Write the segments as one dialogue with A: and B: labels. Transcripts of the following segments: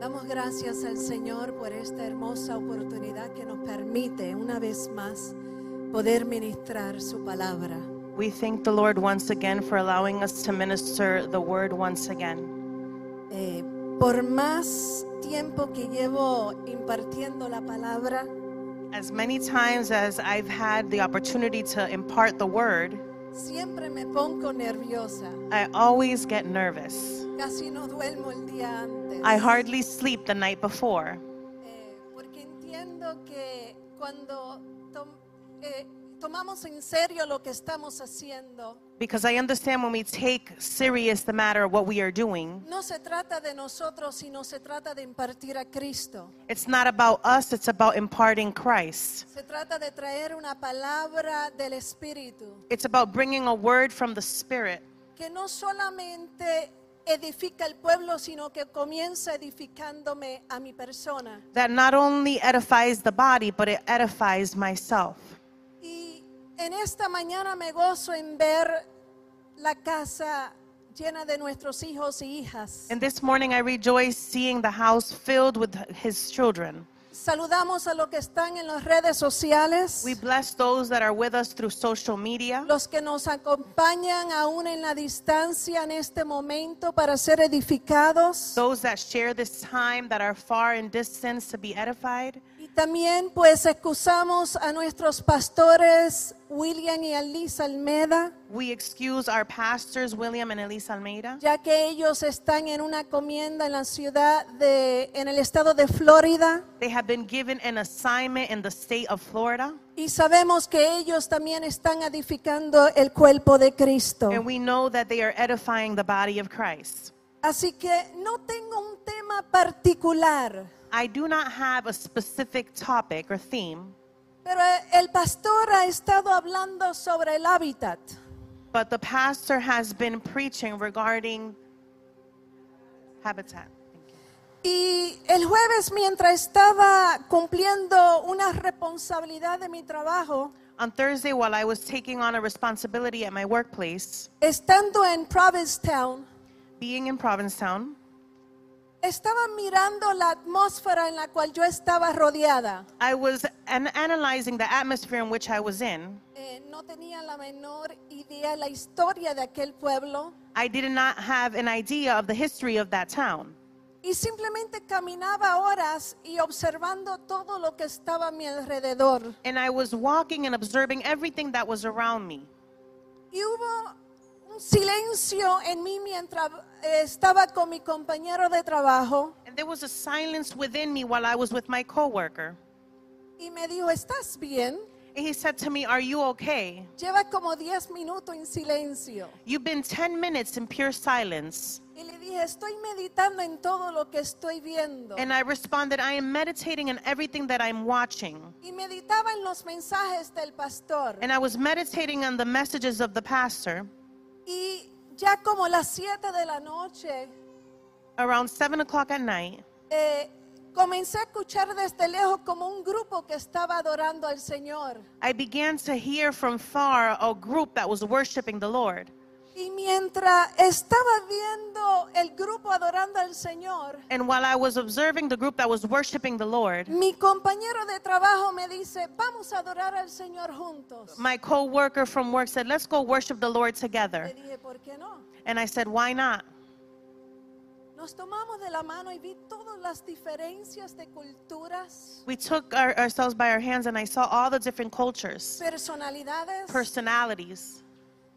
A: Damos gracias al Señor por esta hermosa oportunidad que nos permite una vez más poder ministrar su palabra.
B: We thank the Lord once again for allowing us to minister the word once again.
A: Eh, por más tiempo que llevo impartiendo la palabra,
B: As many times as I've had the opportunity to impart the word,
A: siempre me pongo nerviosa.
B: I always get nervous.
A: Casi no duermo el día antes.
B: I hardly sleep the night before
A: Eh, porque entiendo que cuando tom- eh, tomamos en serio lo que estamos haciendo,
B: because I understand when we take serious the matter of what we are doing,
A: no se trata de nosotros, sino se trata de impartir a Cristo.
B: it's not about us, it's about imparting Christ.
A: Se trata de traer una palabra del Espíritu
B: It's about bringing a word from the Spirit
A: que no solamente edifica al pueblo, sino que comienza edificándome a mi persona.
B: that not only edifies the body, but it edifies myself.
A: Y en esta mañana me gozo en ver la casa llena de nuestros hijos y hijas.
B: And this morning I rejoice seeing the house filled with his children.
A: Saludamos a los que están en las redes sociales,
B: We bless those that are with us through social media,
A: los que nos acompañan aún en la distancia en este momento para ser edificados.
B: those that share this time that are far in distance to be edified.
A: Y también pues excusamos a nuestros pastores William y Alice Almeda,
B: We excuse our pastors, William and Elise Almeida,
A: ya que ellos están en una comienda en la ciudad de, en el estado de Florida.
B: They have been given an assignment in the state of Florida,
A: Y sabemos que ellos también están edificando el cuerpo de Cristo.
B: and we know that they are edifying the body of Christ.
A: Así que no tengo un tema particular,
B: I do not have a specific topic or theme,
A: pero el pastor ha estado hablando sobre el hábitat.
B: but the pastor has been preaching regarding habitat.
A: Y el jueves mientras estaba cumpliendo una responsabilidad de mi trabajo,
B: On Thursday, while I was taking on a responsibility at my workplace,
A: estando en Provincetown,
B: being in Provincetown,
A: estaba mirando la atmósfera en la cual yo estaba rodeada.
B: I was an- analyzing the atmosphere in which I was in.
A: Eh, no tenía la menor idea la historia de aquel pueblo
B: I did not have an idea of the history of that town.
A: y simplemente caminaba horas y observando todo lo que estaba a mi alrededor.
B: And I was walking and observing everything that was around me.
A: Y hubo un silencio en mí mientras eh, estaba con mi compañero de trabajo
B: And there was a silence within me while I was with my coworker.
A: y me dijo, ¿estás bien?
B: And he said to me, Are you okay?
A: Llevas como 10 minutos en silencio.
B: You've been 10 minutes in pure silence.
A: Y le dije, estoy meditando en todo lo que estoy viendo.
B: And I responded, I am meditating on everything that I'm watching.
A: Y meditaba en los mensajes del pastor.
B: And I was meditating on the messages of the pastor.
A: Y ya como las 7 de la noche,
B: Around 7 o'clock at night,
A: eh, comencé a escuchar desde lejos como un grupo que estaba adorando al Señor.
B: I began to hear from far a group that was worshiping the Lord.
A: Y mientras estaba viendo el grupo adorando al Señor,
B: And while I was observing the group that was worshiping the Lord,
A: mi compañero de trabajo me dice, vamos a adorar al Señor juntos.
B: my coworker from work said, "Let's go worship the Lord together."
A: Le dije, ¿por qué no?
B: And I said, "Why not?"
A: Nos tomamos de la mano y vi todas las diferencias de culturas,
B: We took our, ourselves by our hands and I saw all the different cultures,
A: personalidades,
B: personalities,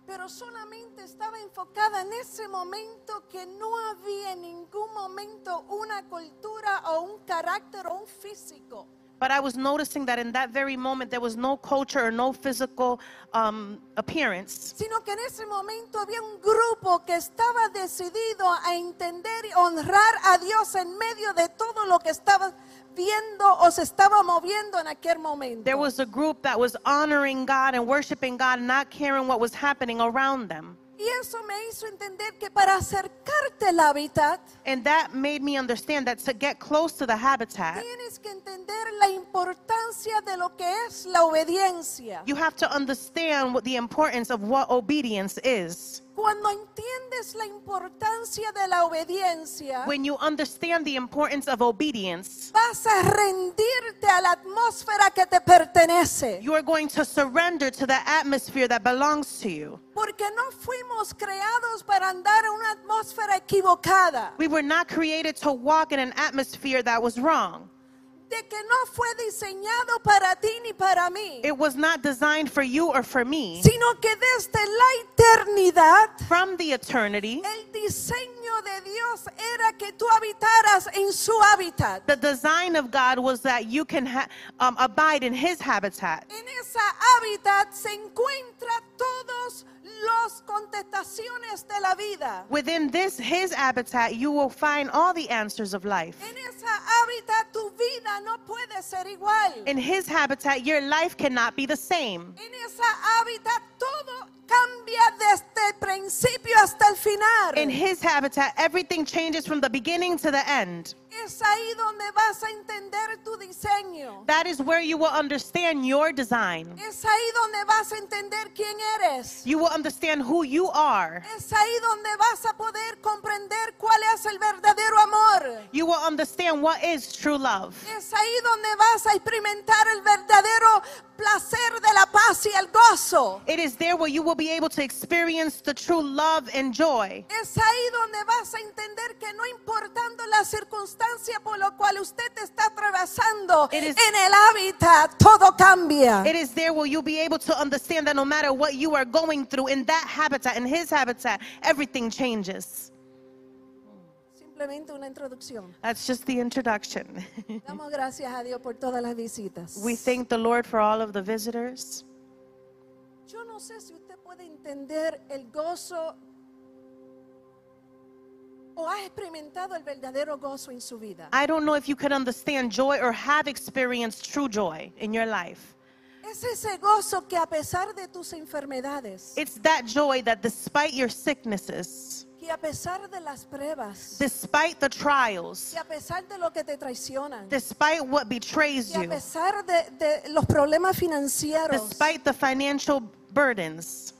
A: pero solamente estaba enfocada en ese momento que no había en ningún momento una cultura o un carácter o un físico.
B: but I was noticing that in that very moment there was no culture or no physical um, appearance,
A: sino que en ese momento había un grupo que estaba decidido a entender y honrar a Dios en medio de todo lo que estaba viendo o se estaba moviendo en aquel momento.
B: there was a group that was honoring God and worshiping God, not caring what was happening around them.
A: y eso me hizo entender que para acercarte al hábitat
B: And that made me understand that to get close to the habitat,
A: tienes que entender la importancia de lo que es la obediencia.
B: you have to understand what the importance of what obedience is.
A: Cuando entiendes la importancia de la obediencia,
B: When you understand the importance of obedience,
A: vas a rendirte a la atmósfera que te pertenece.
B: you are going to surrender to the atmosphere that belongs to you.
A: Porque no fuimos creados para andar en una atmósfera equivocada,
B: We were not created to walk in an atmosphere that was wrong.
A: de que no fue diseñado para ti ni para mí,
B: It was not designed for you or for me.
A: sino que desde la eternidad
B: From the eternity,
A: el diseño de Dios era que tú habitaras en su hábitat,
B: the design of God was that you can ha- um, abide in His habitat.
A: En esa hábitat se encuentra todos los contestaciones de la vida.
B: Within this, His habitat, you will find all the answers of life.
A: En esa hábitat tu vida no puede ser igual.
B: In His habitat, your life cannot be the same.
A: En esa hábitat todo cambia desde el principio hasta el
B: In
A: final.
B: His habitat, everything changes from the beginning to the end.
A: Es ahí donde vas a entender tu diseño.
B: That is where you will understand your design.
A: Es ahí donde vas a entender quién eres.
B: You will understand who you are.
A: Es ahí donde vas a poder comprender cuál es el verdadero amor.
B: You will understand what is true love.
A: Es ahí donde vas a experimentar el verdadero placer de la paz y el gozo.
B: It is there where you will be able to experience the true love and joy.
A: Es ahí donde vas a entender que no importando la circunstancia por la cual usted está atravesando
B: It is-
A: en el hábitat, todo cambia.
B: It is there where you'll be able to understand that no matter what you are going through in that habitat, in his habitat, everything changes.
A: Simplemente una introducción.
B: That's just the introduction.
A: Damos gracias a Dios por todas las visitas.
B: we thank the Lord for all of the visitors.
A: Yo no sé si usted puede entender el gozo o ha experimentado el verdadero gozo en su vida.
B: I don't know if you could understand joy or have experienced true joy in your life.
A: Es ese gozo que a pesar de tus enfermedades,
B: It's that joy that despite your sicknesses,
A: que a pesar de las pruebas,
B: despite the trials,
A: que a pesar de lo que te traicionan,
B: despite what betrays
A: que a
B: you,
A: pesar de, de los problemas financieros,
B: despite the financial burdens,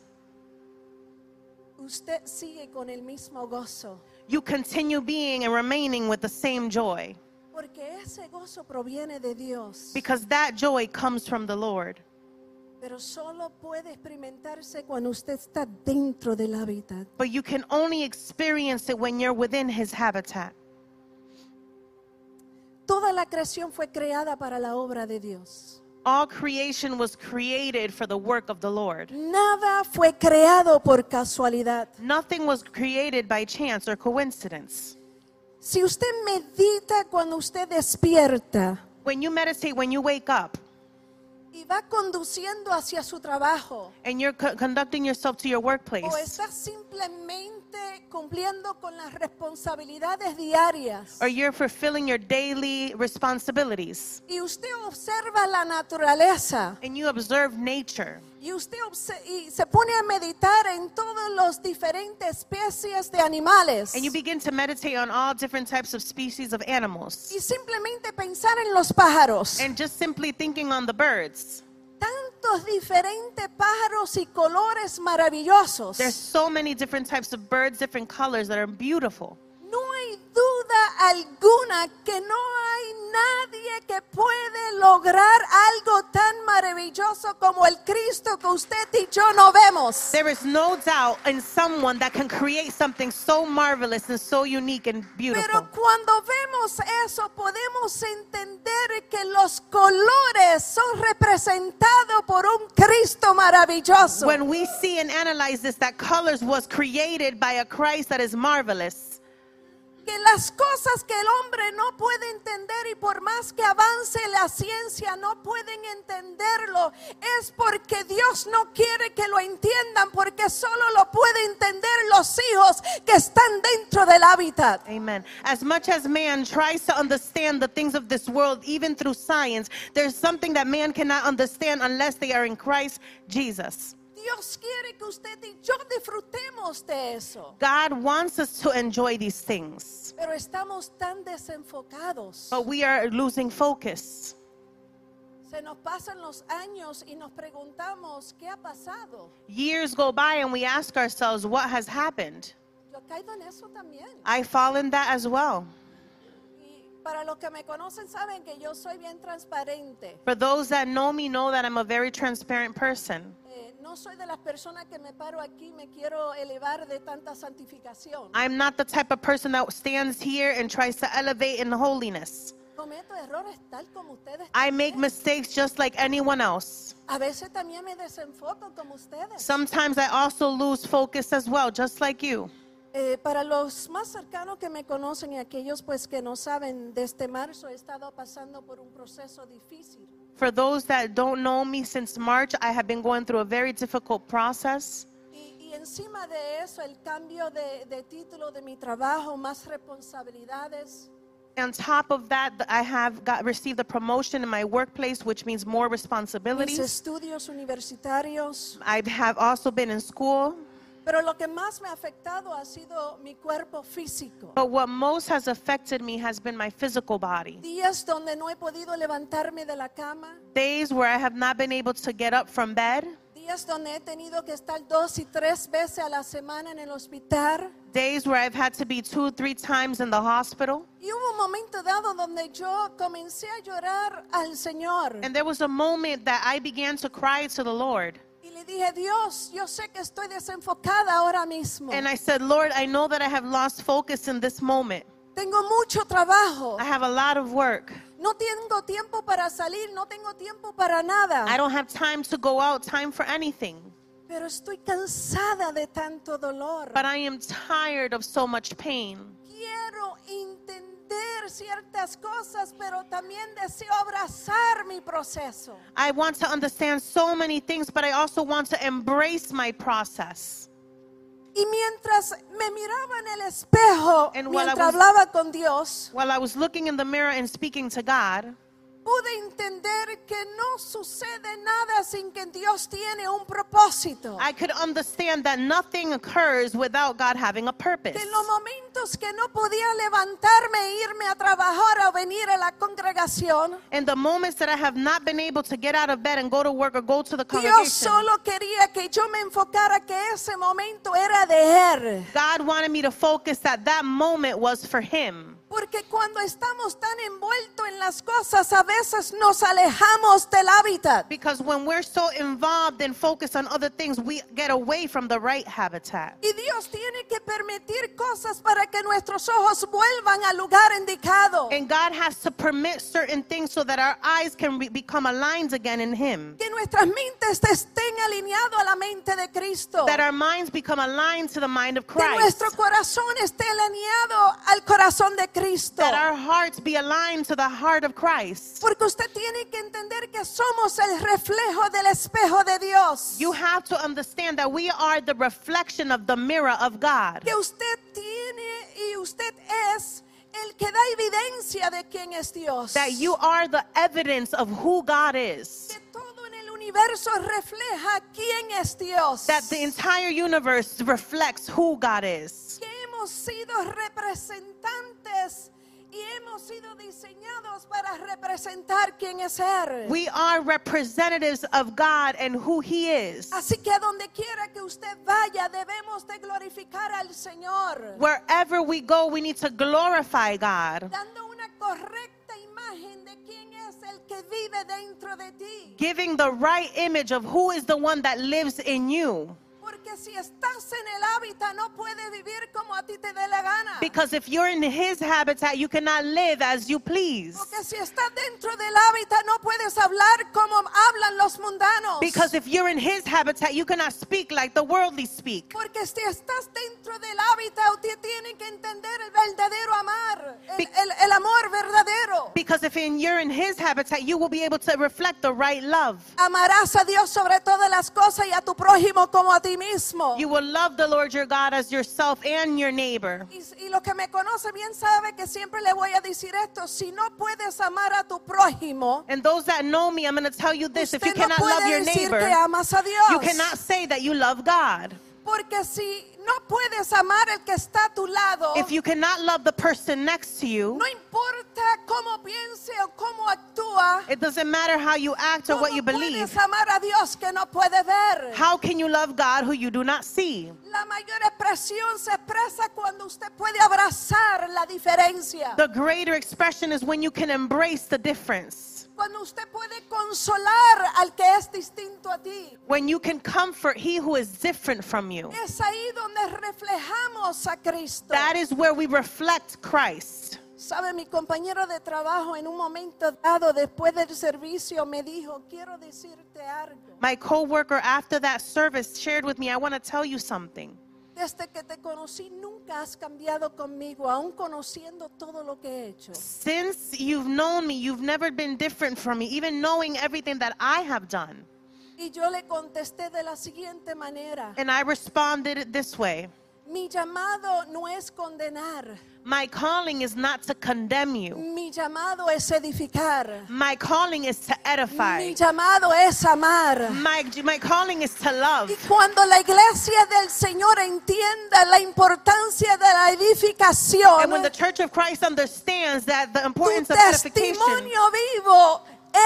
A: usted sigue con el mismo gozo.
B: you continue being and remaining with the same joy
A: Porque ese gozo proviene de Dios,
B: because that joy comes from the Lord.
A: pero solo puede experimentarse cuando usted está dentro del hábitat.
B: But you can only experience it when you're within his habitat.
A: Toda la creación fue creada para la obra de Dios.
B: All creation was created for the work of the Lord.
A: Nada fue creado por casualidad.
B: Nothing was created by chance or coincidence.
A: Si usted medita cuando usted despierta
B: When you meditate, when you wake up,
A: y va conduciendo hacia su trabajo
B: and you're co- conducting yourself to your
A: o
B: workplace,
A: está simplemente cumpliendo con las responsabilidades diarias
B: or you're fulfilling your daily responsibilities,
A: y usted observa la naturaleza
B: and you observe nature,
A: y usted obse- y se pone a meditar en todas las diferentes especies de animales
B: and you begin to meditate on all different types of species of animals,
A: y simplemente pensar en los pájaros.
B: and just simply thinking on the birds.
A: tantos diferentes pájaros y colores maravillosos.
B: There's so many different types of birds, different colors that are beautiful.
A: No hay duda alguna que no hay nadie que puede lograr algo tan maravilloso como el Cristo que usted y yo no vemos.
B: There is no doubt in someone that can create something so marvelous and so unique and beautiful.
A: Pero cuando vemos eso podemos entender que los colores son representados por un Cristo maravilloso.
B: When we see and analyze this, that colors was created by a Christ that is marvelous.
A: que las cosas que el hombre no puede entender y por más que avance la ciencia no pueden entenderlo, es porque Dios no quiere que lo entiendan, porque solo lo pueden entender los hijos que están dentro del hábitat.
B: Amen. As much as man tries to understand the things of this world, even through science, there's something that man cannot understand unless they are in Christ Jesus.
A: Dios quiere que usted y yo disfrutemos de eso,
B: God wants us to enjoy these things,
A: pero
B: Oh.
A: estamos tan desenfocados.
B: but we are losing focus.
A: Se nos pasan los años y nos preguntamos, ¿qué ha pasado?
B: Years go by and we ask ourselves, what has happened?
A: Yo he caído en eso también.
B: I fall in that as well.
A: Y para los que me conocen saben que yo soy bien transparente.
B: For those that know me know that I'm a very transparent person.
A: Eh, no soy de las personas que me paro aquí, me quiero elevar de tanta santificación.
B: I'm not the type of person that stands here and tries to elevate in holiness.
A: Cometo errores tal como ustedes.
B: I make
A: también.
B: mistakes just like anyone else.
A: A veces también me desenfoco como ustedes.
B: Sometimes I also lose focus as well, just like you.
A: Eh, para los más cercanos que me conocen y aquellos pues que no saben, desde marzo he estado pasando por un proceso difícil.
B: For those that don't know me since March, I have been going through a very difficult process.
A: Y, y encima de eso, el cambio de, de título de mi trabajo, más responsabilidades.
B: On top of that, th- I have got received a promotion in my workplace, which means more
A: mis
B: responsibilities.
A: estudios universitarios.
B: I have also been in school,
A: Pero lo que más me ha afectado ha sido mi cuerpo físico.
B: but what most has affected me has been my physical body.
A: Días donde no he podido levantarme de la cama.
B: Days where I have not been able to get up from bed,
A: Días donde he tenido que estar dos y tres veces a la semana en el hospital.
B: days where I've had to be two, three times in the hospital.
A: Y hubo un momento dado donde yo comencé a llorar al Señor.
B: And there was a moment that I began to cry to the Lord.
A: Y le dije, Dios, yo sé que estoy desenfocada ahora mismo.
B: And I said, Lord, I know that I have lost focus in this moment.
A: Tengo mucho trabajo.
B: I have a lot of work.
A: No tengo tiempo para salir, no tengo tiempo para nada.
B: I don't have time to go out, time for anything.
A: Pero estoy cansada de tanto dolor.
B: But I am tired of so much pain.
A: Quiero entender ciertas cosas, pero también deseo abrazar mi proceso.
B: I want to understand so many things, but I also want to embrace my process.
A: Y mientras me miraba en el espejo,
B: And while I
A: mientras
B: was-
A: hablaba con Dios,
B: While I was looking in the mirror and speaking to God,
A: pude entender que no sucede nada sin que Dios tiene un propósito.
B: I could understand that nothing occurs without God having a
A: Que
B: purpose.
A: en los momentos que no podía levantarme e irme a trabajar o venir a la congregación,
B: In the moments that I have not been able to get out of bed and go to work or go to the
A: Dios
B: congregation,
A: solo quería que yo me enfocara que ese momento era de Él.
B: God wanted me to focus that that moment was for Him.
A: Porque cuando estamos tan envueltos en las cosas, a veces nos alejamos del hábitat.
B: Because when we're so involved and focused on other things, we get away from the right habitat.
A: Y Dios tiene que permitir cosas para que nuestros ojos vuelvan al lugar indicado.
B: And God has to permit certain things so that our eyes can re- become aligned again in Him.
A: Que nuestras mentes estén alineadas a la mente de Cristo.
B: That our minds become aligned to the mind of
A: Que
B: Christ.
A: nuestro corazón esté alineado al corazón de Cristo.
B: That our hearts be aligned to the heart of Christ.
A: Porque usted tiene que entender que somos el reflejo del espejo de Dios.
B: You have to understand that we are the reflection of the mirror of God.
A: que usted tiene y usted es el que da evidencia de quién es Dios.
B: That you are the evidence of who God is.
A: que todo en el universo refleja quién es Dios.
B: That the entire universe reflects who God is.
A: que hemos sido representantes y hemos sido diseñados para representar quién es Él.
B: We are representatives of God and who He is.
A: Así que a donde quiera que usted vaya, debemos de glorificar al Señor,
B: Wherever we go, we need to glorify God.
A: dando una correcta imagen de quién es el que vive dentro de ti.
B: giving the right image of who is the one that lives in you.
A: Porque si estás en el hábitat no puedes vivir como a ti te dé la gana.
B: Because if you're in his habitat, you cannot live as you please.
A: Porque si estás dentro del hábitat no puedes hablar como hablan los mundanos.
B: Because if you're in his habitat, you cannot speak like the worldly speak.
A: Porque si estás dentro del hábitat usted tiene que entender el verdadero amar, el,
B: Be-
A: el- el amor verdadero.
B: Because if in, you're in his habitat, you will be able to reflect the right love.
A: Amarás a Dios sobre todas las cosas y a tu prójimo como a ti mismo.
B: You will love the Lord your God as yourself and your neighbor.
A: y, y los que me conocen bien saben que siempre le voy a decir esto, si no puedes amar a tu prójimo,
B: And those that know me, I'm going to tell you this. If you
A: usted no
B: cannot love
A: puede
B: your
A: decir
B: neighbor,
A: que amas a Dios.
B: you cannot say that you love God.
A: Porque si no puedes amar al que está a tu lado,
B: If you cannot love the person next to you,
A: no importa cómo piense o cómo actúa,
B: It doesn't matter how you act or
A: ¿cómo
B: what you
A: puedes
B: believe.
A: amar a Dios que no puede ver?
B: How can you love God who you do not see?
A: La mayor expresión se expresa cuando usted puede abrazar la diferencia,
B: The greater expression is when you can embrace the difference,
A: cuando usted puede consolar al que es distinto a ti.
B: when you can comfort he who is different from you.
A: Es ahí donde reflejamos a Cristo.
B: That is where we reflect Christ.
A: Sabe, mi compañero de trabajo en un momento dado después del servicio me dijo, quiero decirte algo.
B: My coworker after that service shared with me, I want to tell you something.
A: Desde que te conocí nunca has cambiado conmigo, aún conociendo todo lo que he hecho.
B: Since you've known me, you've never been different from me, even knowing everything that I have done.
A: Y yo le contesté de la siguiente manera,
B: And I responded this way
A: mi llamado no es condenar,
B: My calling is not to condemn you,
A: mi llamado es edificar,
B: my calling is to edify,
A: mi llamado es amar.
B: my, my calling is to love.
A: Y cuando la iglesia del Señor entienda la importancia de la edificación,
B: And when the church of Christ understands that the
A: Tu
B: importance of edification,
A: testimonio vivo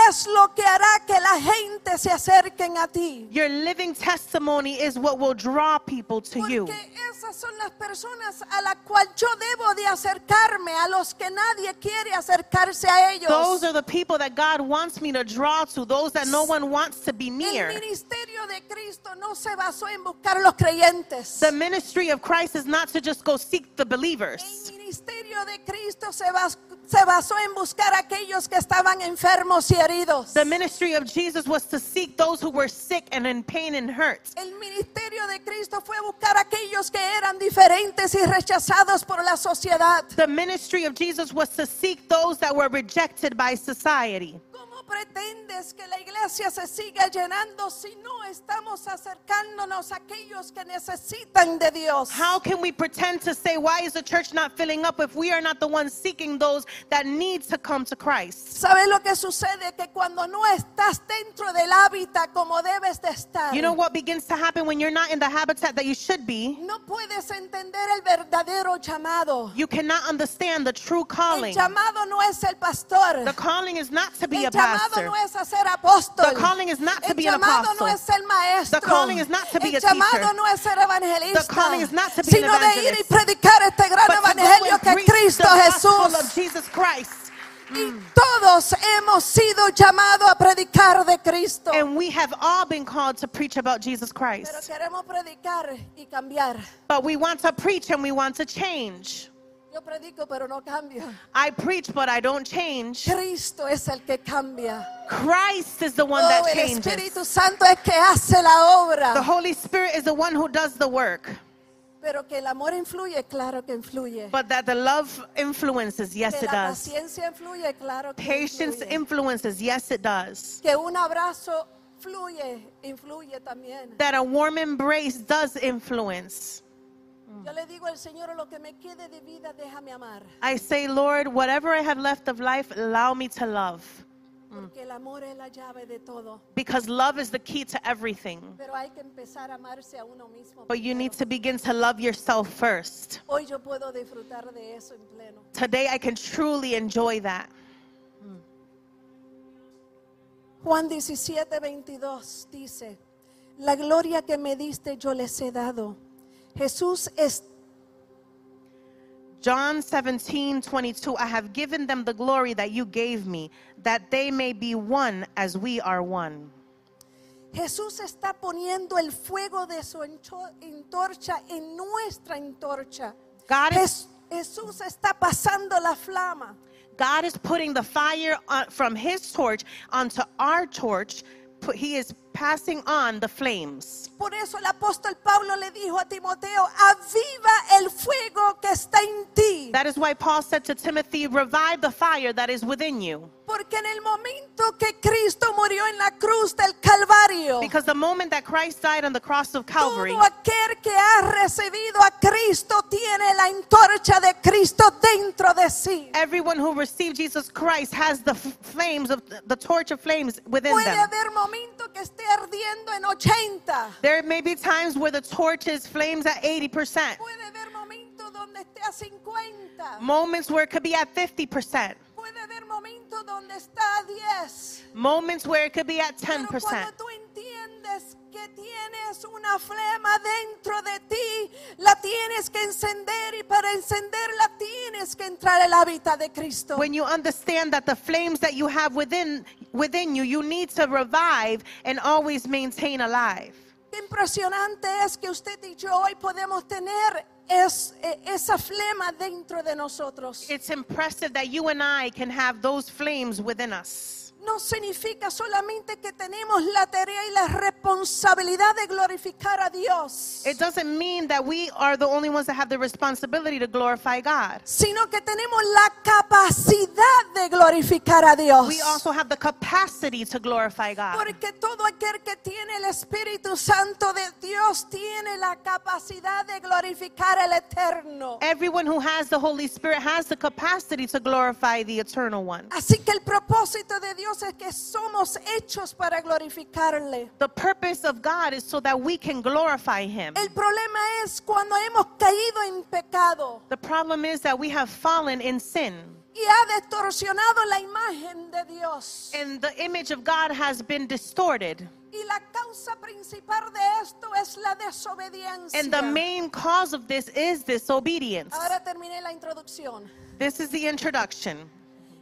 A: es lo que hará que la gente se acerquen a ti.
B: your living testimony is what will draw people to you.
A: Porque esas son las personas a las cuales yo debo de acercarme, a los que nadie quiere acercarse a ellos.
B: Those are the people that God wants me to draw to, those that no one wants to be
A: El
B: near.
A: ministerio de Cristo no se basó en buscar los creyentes.
B: The ministry of Christ is not to just go seek the
A: El
B: believers.
A: ministerio de Cristo se bas- se basó en buscar a aquellos que estaban enfermos y heridos.
B: The ministry of Jesus was to seek those who were sick and in pain and hurt.
A: El ministerio de Cristo fue buscar a aquellos que eran diferentes y rechazados por la sociedad.
B: The ministry of Jesus was to seek those that were rejected by society.
A: ¿Cómo pretendes que la iglesia se siga llenando si no estamos acercándonos a aquellos que necesitan de Dios?
B: How can we pretend to say, why is the church not filling up if we are not the ones seeking those that need to come to Christ?
A: ¿Sabes lo que sucede? Que cuando no estás dentro del hábitat como debes de estar,
B: You know what begins to happen when you're not in the habitat that you should be?
A: no puedes entender el verdadero llamado.
B: You cannot understand the true
A: El
B: calling.
A: llamado no es el pastor.
B: The calling is not to be a
A: el llamado
B: pastor.
A: no es a ser apóstol.
B: The calling is not to
A: el
B: be an
A: llamado no
B: apostle.
A: es ser maestro.
B: The calling is not to be
A: el
B: a
A: llamado
B: teacher.
A: no es ser evangelista.
B: The calling is not to be an
A: sino de ir y
B: evangelist.
A: predicar este gran
B: But to go
A: evangelio
B: and
A: que es
B: preach
A: Cristo
B: the gospel of Mm.
A: Jesús.
B: Jesus Christ.
A: Y todos hemos sido llamados a predicar de Cristo.
B: And we have all been called to preach about Jesus
A: Pero
B: Christ.
A: queremos predicar y cambiar.
B: But we want to preach and we want to change.
A: Yo predico pero no cambio.
B: I preach, but I don't change.
A: Cristo es el que cambia.
B: Christ is the one
A: Oh,
B: that
A: el
B: changes.
A: Espíritu Santo es que hace la obra.
B: The Holy Spirit is the one who does the work.
A: Pero que el amor influye, claro que influye.
B: But that the love influences, yes,
A: que
B: it
A: la
B: does.
A: paciencia influye, claro que
B: Patience
A: influye.
B: influences, yes, it does.
A: que un abrazo fluye, influye también.
B: That a warm embrace does influence. Mm.
A: Yo le digo al Señor, lo que me quede de vida, déjame amar,
B: I say, Lord, whatever I have left of life, allow me to love.
A: porque el amor es la llave de todo,
B: Because love is the key to everything.
A: pero hay que empezar a amarse a uno mismo.
B: But you
A: primero.
B: need to begin to love yourself first.
A: Hoy yo puedo disfrutar de eso en pleno.
B: Today, I can truly enjoy that.
A: Juan 17, 22 dice, la gloria que me diste yo les he dado. Jesús es
B: John 17, 22, I have given them the glory that you gave me, that they may be one as we are one.
A: Jesús está poniendo el fuego de su encho- antorcha en nuestra antorcha.
B: God is,
A: Jes- Jesús está pasando la flama.
B: God is putting the fire uh, from his torch onto our torch. Put- He is passing on the flames.
A: Por eso el apóstol Pablo le dijo a Timoteo, aviva el fuego que está en ti.
B: That is why Paul said to Timothy, Revive the fire that is within you.
A: Porque en el momento que Cristo murió en la cruz del Calvario,
B: Because the moment that Christ died on the cross of Calvary,
A: todo aquel que ha recibido a Cristo tiene la antorcha de Cristo dentro de sí.
B: everyone who received Jesus Christ has the f- flames of the torch of flames within
A: Puede
B: them.
A: haber momentos que esté ardiendo en 80.
B: There may be times where the torch is flames at 80%,
A: Puede haber momentos donde esté a 50.
B: moments where it could be at 50%.
A: Puede haber momento donde está a 10.
B: Moments where it could be at
A: Pero
B: 10%.
A: cuando tú entiendes que tienes una flema dentro de ti, la tienes que encender y para encenderla tienes que entrar en la vida de Cristo.
B: When you understand that the flames that you have within within you, you need to revive and always maintain alive.
A: Qué impresionante es que usted y yo hoy podemos tener es- eh, esa flema dentro de nosotros.
B: It's impressive that you and I can have those flames within us.
A: No significa solamente que tenemos la tarea y la responsabilidad de glorificar a Dios,
B: It doesn't mean that we are the only ones that have the responsibility to glorify God.
A: sino que tenemos la capacidad de glorificar a Dios.
B: We also have the capacity to glorify God.
A: Porque todo aquel que tiene el Espíritu Santo de Dios tiene la capacidad de glorificar al Eterno.
B: Everyone who has the Holy Spirit has the capacity to glorify the Eternal One.
A: Así que el propósito de Dios es que somos hechos para glorificarle.
B: The purpose of God is so that we can glorify Him.
A: El problema es cuando hemos caído en pecado
B: The problem is that we have fallen in sin.
A: y ha distorsionado la imagen de Dios.
B: And the image of God has been distorted.
A: Y la causa principal de esto es la desobediencia.
B: And the main cause of this is disobedience.
A: Ahora terminé la introducción.
B: This is the introduction.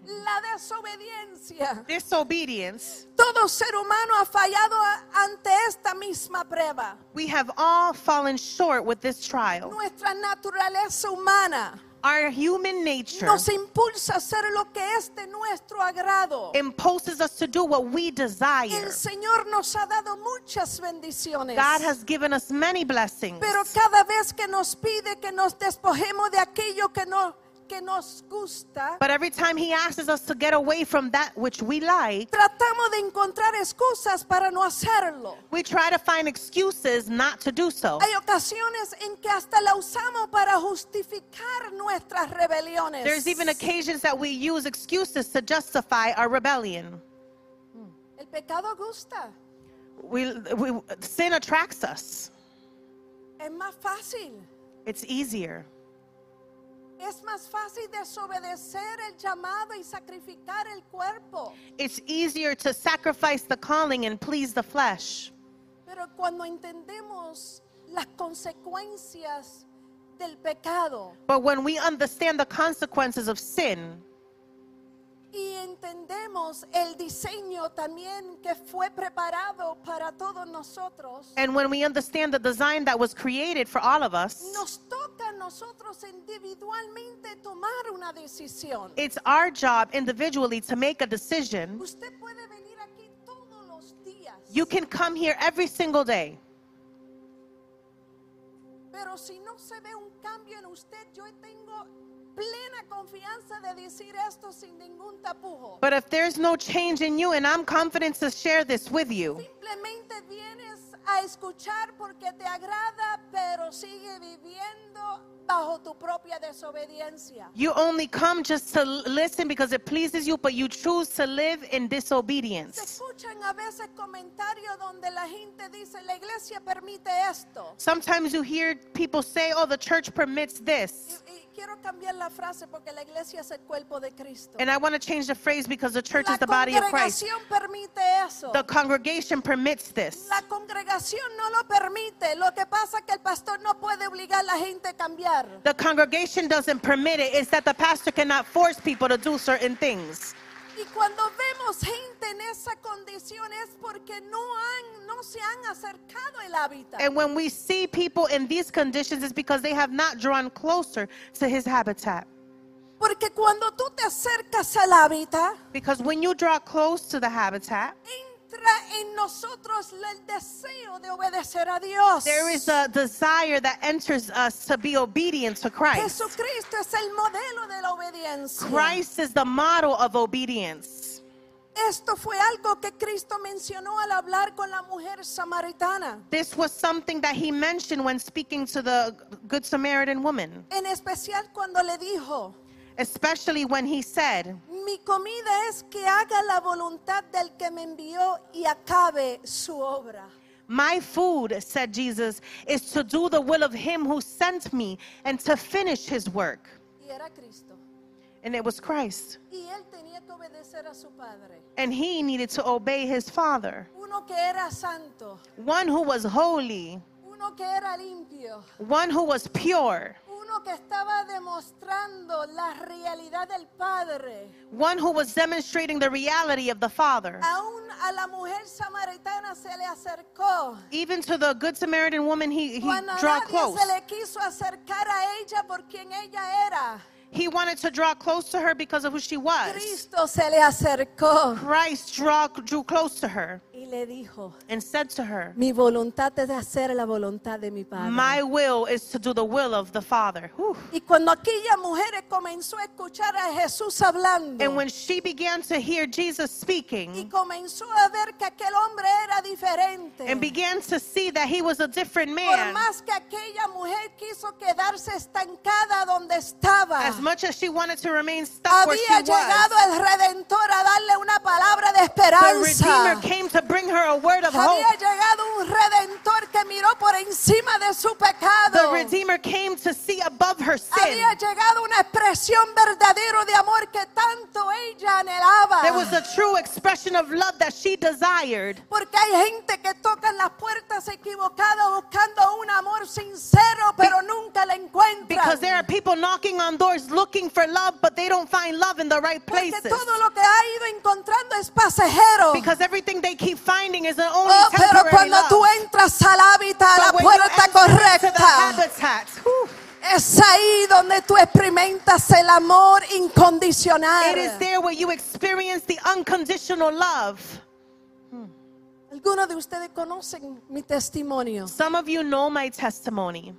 A: La desobediencia.
B: Disobedience.
A: Todo ser humano ha fallado a- ante esta misma prueba.
B: We have all fallen short with this trial.
A: Nuestra naturaleza humana
B: Our human nature
A: nos impulsa a hacer lo que es de nuestro agrado.
B: imposes us to do what we desire.
A: El Señor nos ha dado muchas bendiciones.
B: God has given us many blessings.
A: pero cada vez que nos pide que nos despojemos de aquello que, no, que nos gusta,
B: But every time He asks us to get away from that which we like,
A: tratamos de encontrar excusas para no hacerlo.
B: we try to find excuses not to do so.
A: Hay ocasiones en que hasta la usamos para justificar nuestras rebeliones.
B: There's even occasions that we use excuses to justify our rebellion.
A: El pecado gusta.
B: We, we, sin attracts us.
A: Es más fácil.
B: It's easier.
A: Es más fácil desobedecer el llamado y sacrificar el cuerpo.
B: It's easier to sacrifice the calling and please the flesh.
A: Pero cuando entendemos las consecuencias del pecado
B: But when we understand the consequences of sin
A: y entendemos el diseño también que fue preparado para todos nosotros,
B: and when we understand the design that was created for all of us,
A: nos toca a nosotros individualmente tomar una decisión.
B: it's our job individually to make a decision.
A: Usted puede venir aquí todos los días,
B: You can come here every single day,
A: pero si no se ve un cambio en usted, yo tengo plena confianza de decir esto sin ningún tapujo.
B: but if there's no change in you, and I'm confident to share this with you,
A: Simplemente vienes a escuchar porque te agrada, pero sigue viviendo bajo tu propia desobediencia.
B: you only come just to l- listen because it pleases you, but you choose to live in
A: Se
B: disobedience.
A: escuchan a veces comentarios donde la gente dice, la iglesia permite esto.
B: Sometimes you hear people say, oh, the church permits this.
A: Y, y quiero cambiar la frase porque la iglesia es el cuerpo de Cristo.
B: And I want to change the phrase because the church
A: la
B: is the body of Christ.
A: congregación permite eso.
B: The congregation permits this.
A: la congregación no lo permite. Lo que pasa es que el pastor no puede obligar a la gente a cambiar.
B: The congregation doesn't permit it. It's that the pastor cannot force people to do certain things.
A: Y cuando vemos gente en esa condición es porque no han, no se han acercado el hábitat.
B: And when we see people in these conditions, it's because they have not drawn closer to his habitat.
A: Porque cuando tú te acercas al hábitat,
B: Because when you draw close to the habitat,
A: entra en nosotros el deseo de obedecer a Dios.
B: there is a desire that enters us to be obedient to Christ.
A: Jesucristo es el modelo de la obediencia.
B: Christ is the model of obedience.
A: Esto fue algo que Cristo mencionó al hablar con la mujer samaritana,
B: This was something that he mentioned when speaking to the Good Samaritan woman,
A: en especial cuando le dijo,
B: especially when he said,
A: mi comida es que haga la voluntad del que me envió y acabe su obra.
B: My food, said Jesus, is to do the will of him who sent me and to finish his work.
A: Y era Cristo.
B: and it was Christ.
A: Y él tenía que obedecer a su padre.
B: And he needed to obey his father,
A: Uno que era santo,
B: one who was holy,
A: uno que era limpio,
B: one who was pure,
A: uno que estaba demostrando la realidad del padre.
B: one who was demonstrating the reality of the father.
A: Aún a la mujer samaritana se le acercó.
B: Even to the good Samaritan woman, he, he
A: Cuando
B: draw
A: nadie
B: close.
A: se le quiso acercar a ella por quien ella era,
B: He wanted to draw close to her because of who she was.
A: Cristo se le acercó
B: Christ draw, drew close to her
A: y le dijo,
B: and said to her,
A: mi voluntad es de hacer la voluntad de mi Padre.
B: My will is to do the will of the Father. Whew.
A: y cuando aquella mujer comenzó a escuchar a Jesús hablando
B: And when she began to hear Jesus
A: y
B: speaking
A: comenzó a ver que aquel hombre era diferente,
B: and began to see that he was a
A: por
B: different man,
A: más que aquella mujer quiso quedarse estancada donde estaba,
B: as much as she wanted to remain stuck where she
A: había
B: was,
A: llegado el Redentor a darle una palabra de
B: the
A: esperanza.
B: Redeemer came to bring her a word of
A: Había
B: hope.
A: llegado un redentor que miró por encima de su
B: The
A: pecado.
B: Redeemer came to see above her sin.
A: Había llegado una expresión verdadera de amor que tanto ella anhelaba.
B: There was a true expression of love that she desired.
A: Porque hay gente que tocan las puertas equivocadas buscando un amor sincero, pero nunca la encuentran.
B: Because there are people knocking on doors looking for love, but they don't find love in the right
A: Porque
B: places.
A: todo lo que ha ido encontrando es pasajero.
B: Because everything they keep finding is an only
A: Oh, pero
B: temporary
A: cuando
B: love.
A: tú entras al hábitat, a la
B: But when you
A: puerta
B: enter into the
A: correcta,
B: habitat, whew,
A: es ahí donde tú experimentas el amor
B: it is
A: incondicional.
B: there where you experience the unconditional love.
A: Algunos de ustedes conocen mi testimonio.
B: Some of you know my testimony.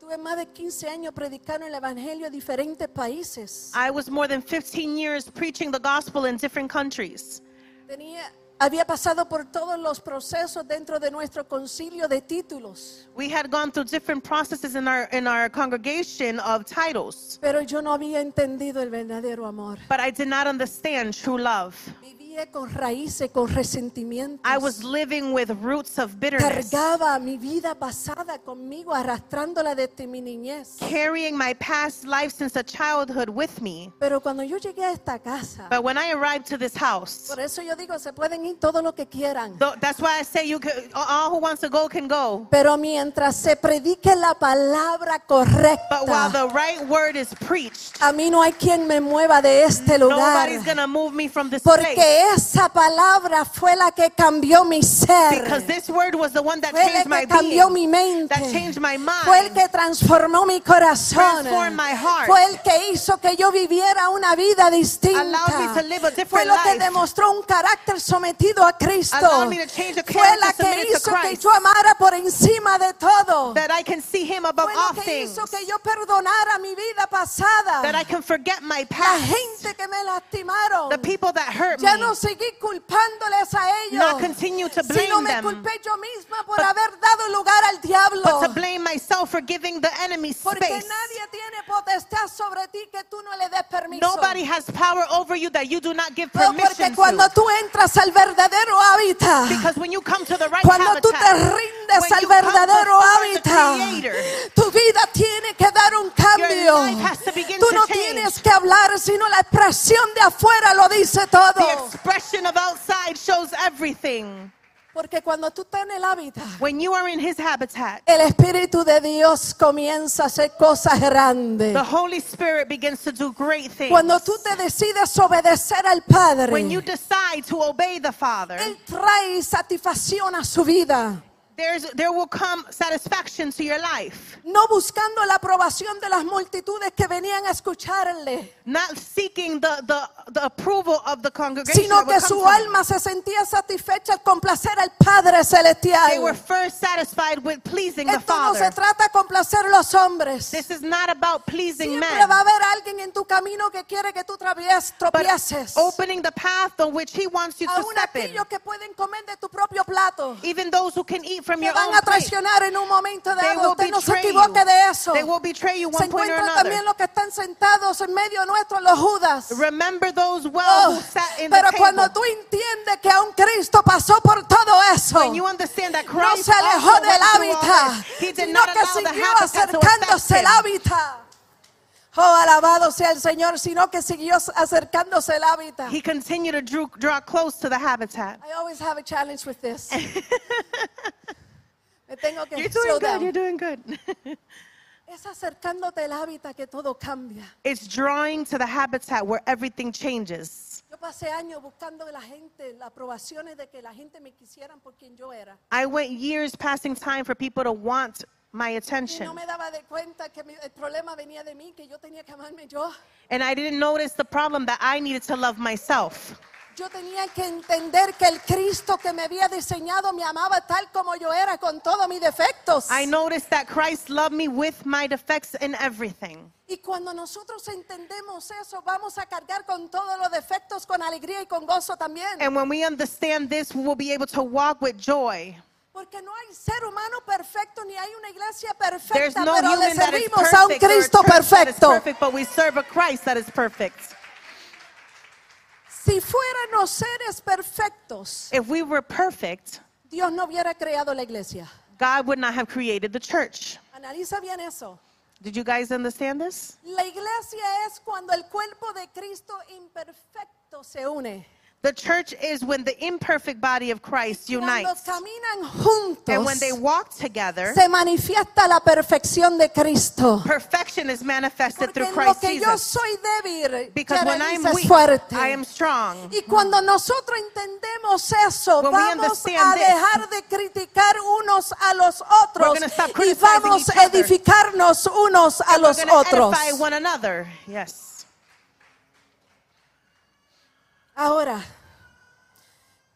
A: Tuve más de 15 años predicando el Evangelio a diferentes países.
B: I was more than 15 years preaching the gospel in different countries.
A: Tenía, había pasado por todos los procesos dentro de nuestro concilio de títulos,
B: We had gone through different processes in our in our congregation of titles,
A: pero yo no había entendido el verdadero amor.
B: but I did not understand true love.
A: Vivía con raíces, con resentimientos.
B: I was living with roots of bitterness,
A: Cargaba mi vida pasada conmigo, arrastrándola desde mi niñez.
B: carrying my past life since a childhood with me.
A: Pero cuando yo llegué a esta casa,
B: But when I arrived to this house,
A: por eso yo digo, se pueden ir todo lo que quieran.
B: tho- that's why I say you can, all who wants to go can go.
A: Pero mientras se predique la palabra correcta,
B: But while the right word is preached,
A: a mí no hay quien me mueva de este lugar.
B: nobody's gonna move me from this place
A: Porque esa palabra fue la que cambió mi ser.
B: because this word was the one that
A: Fue la
B: changed my
A: que cambió mi
B: being,
A: mente.
B: that changed my
A: Fue el
B: mind.
A: que transformó mi corazón.
B: Transformed my heart.
A: Fue el que hizo que yo viviera una vida distinta.
B: Allowed me to live a different
A: Fue lo que
B: life.
A: demostró un carácter sometido a Cristo.
B: Allowed me to change a
A: Fue la
B: character
A: que
B: submitted to
A: hizo que
B: Christ.
A: yo amara por encima de todo.
B: That I can see Him above
A: Fue
B: all
A: lo que
B: things.
A: hizo que yo perdonara mi vida pasada.
B: That I can forget my
A: la
B: past,
A: gente que me lastimaron.
B: the people that hurt
A: Ya no
B: me,
A: seguí culpándoles a ellos.
B: Not continue to
A: sino
B: blame
A: me
B: them.
A: culpé yo misma por
B: But-
A: haber dado lugar al diablo.
B: but to blame myself for giving the enemy
A: Porque
B: space.
A: nadie tiene potestad sobre ti que tú no le des permiso.
B: Nobody has power over you that you do not give
A: No, porque
B: permission
A: cuando
B: to.
A: tú entras al verdadero hábitat,
B: Because when you come to the right
A: cuando
B: habitat,
A: tú te rindes
B: when
A: al
B: you come
A: verdadero
B: before the
A: hábitat,
B: Creator,
A: tu vida tiene que dar un cambio.
B: life has to begin
A: Tú
B: to
A: no
B: change.
A: tienes que hablar, sino la expresión de afuera lo dice
B: the
A: todo.
B: expression of outside shows everything.
A: Porque cuando tú estás en el hábitat,
B: When you are in His habitat,
A: El Espíritu de Dios comienza a hacer cosas grandes.
B: the Holy Spirit begins to do great
A: Eh.
B: things.
A: Cuando tú te decides obedecer al Padre,
B: when you decide to obey the Father,
A: Él trae satisfacción a su vida.
B: there's, there will come satisfaction to your life.
A: No buscando la aprobación de las multitudes que venían a escucharle,
B: Not seeking the, the, the approval of the congregation.
A: sino
B: that would
A: que
B: come
A: su
B: from
A: alma se sentía satisfecha al complacer al Padre
B: They were
A: Celestial.
B: first satisfied with pleasing the
A: Esto no se
B: Father.
A: trata de complacer a los hombres.
B: This is not about pleasing
A: Siempre
B: men,
A: va a haber alguien en tu camino que quiere que tú travies-
B: but
A: tropieces.
B: opening the path on which He wants you to
A: Aún
B: step in.
A: aquellos que pueden comer de tu propio plato.
B: Even those who can eat from
A: Te
B: your
A: van
B: own
A: a
B: plate,
A: traicionar en un momento
B: they
A: dado.
B: will
A: Usted no se
B: betray
A: equivoque de eso.
B: you. They will betray you
A: Se
B: one point or
A: encuentran
B: another.
A: también los que están sentados en medio nuestro, los Judas.
B: Remember those well
A: Oh,
B: who sat in
A: pero
B: the
A: cuando
B: table.
A: tú entiendes que aun Cristo pasó por todo eso,
B: When you understand that
A: no
B: Christ
A: se alejó
B: also
A: del
B: went through all
A: hábitat,
B: this, He did
A: sino
B: not
A: que
B: allow the
A: siguió
B: habitat to
A: acercándose al
B: affect him.
A: hábitat. Oh, alabado sea el Señor, sino que siguió acercándose el hábitat.
B: He continued to drew, draw close to the habitat.
A: I always have a challenge with this. Me tengo que
B: You're
A: slow
B: doing good.
A: down.
B: You're doing good.
A: Es acercándote al hábitat que todo cambia.
B: it's drawing to the habitat where everything changes.
A: Yo pasé años buscando de la gente, las aprobaciones de que la gente me quisieran por quien yo era.
B: I went years passing time for people to want my
A: Y
B: attention.
A: no me daba de cuenta que mi- el problema venía de mí, que yo tenía que amarme yo.
B: And I didn't notice the problem that I needed to love myself.
A: Yo tenía que entender que el Cristo que me había diseñado me amaba tal como yo era, con todos mis defectos.
B: I noticed that Christ loved me with my defects and everything.
A: Y cuando nosotros entendemos eso, vamos a cargar con todos los defectos, con alegría y con gozo también.
B: And when we understand this, we will be able to walk with joy.
A: Porque no hay ser humano perfecto, ni hay una iglesia
B: There's
A: perfecta,
B: no
A: pero le
B: human that is
A: servimos a un
B: perfect, or a
A: Cristo
B: church that is
A: perfecto.
B: perfect, but we serve a Christ that is perfect.
A: Si fuéramos seres perfectos,
B: If we were perfect,
A: Dios no hubiera creado la iglesia.
B: God would not have created the church.
A: Analiza bien eso.
B: Did you guys understand this?
A: La iglesia es cuando el cuerpo de Cristo imperfecto se une.
B: The church is when the imperfect body of Christ
A: Cuando
B: unites.
A: caminan
B: And when
A: juntos,
B: they walk together,
A: se manifiesta la perfección de Cristo.
B: perfection is
A: Porque
B: manifested through
A: en lo
B: Christ
A: que yo
B: Jesus.
A: soy débil,
B: Because when I'm
A: Yarelisa es
B: weak,
A: fuerte.
B: I am strong.
A: Y cuando nosotros entendemos eso,
B: When we
A: vamos a
B: understand this,
A: dejar de criticar unos a los otros
B: gonna stop
A: y
B: criticizing
A: vamos
B: each
A: a
B: other.
A: edificarnos unos a los
B: We're going to
A: otros.
B: edify one another. Yes.
A: Ahora,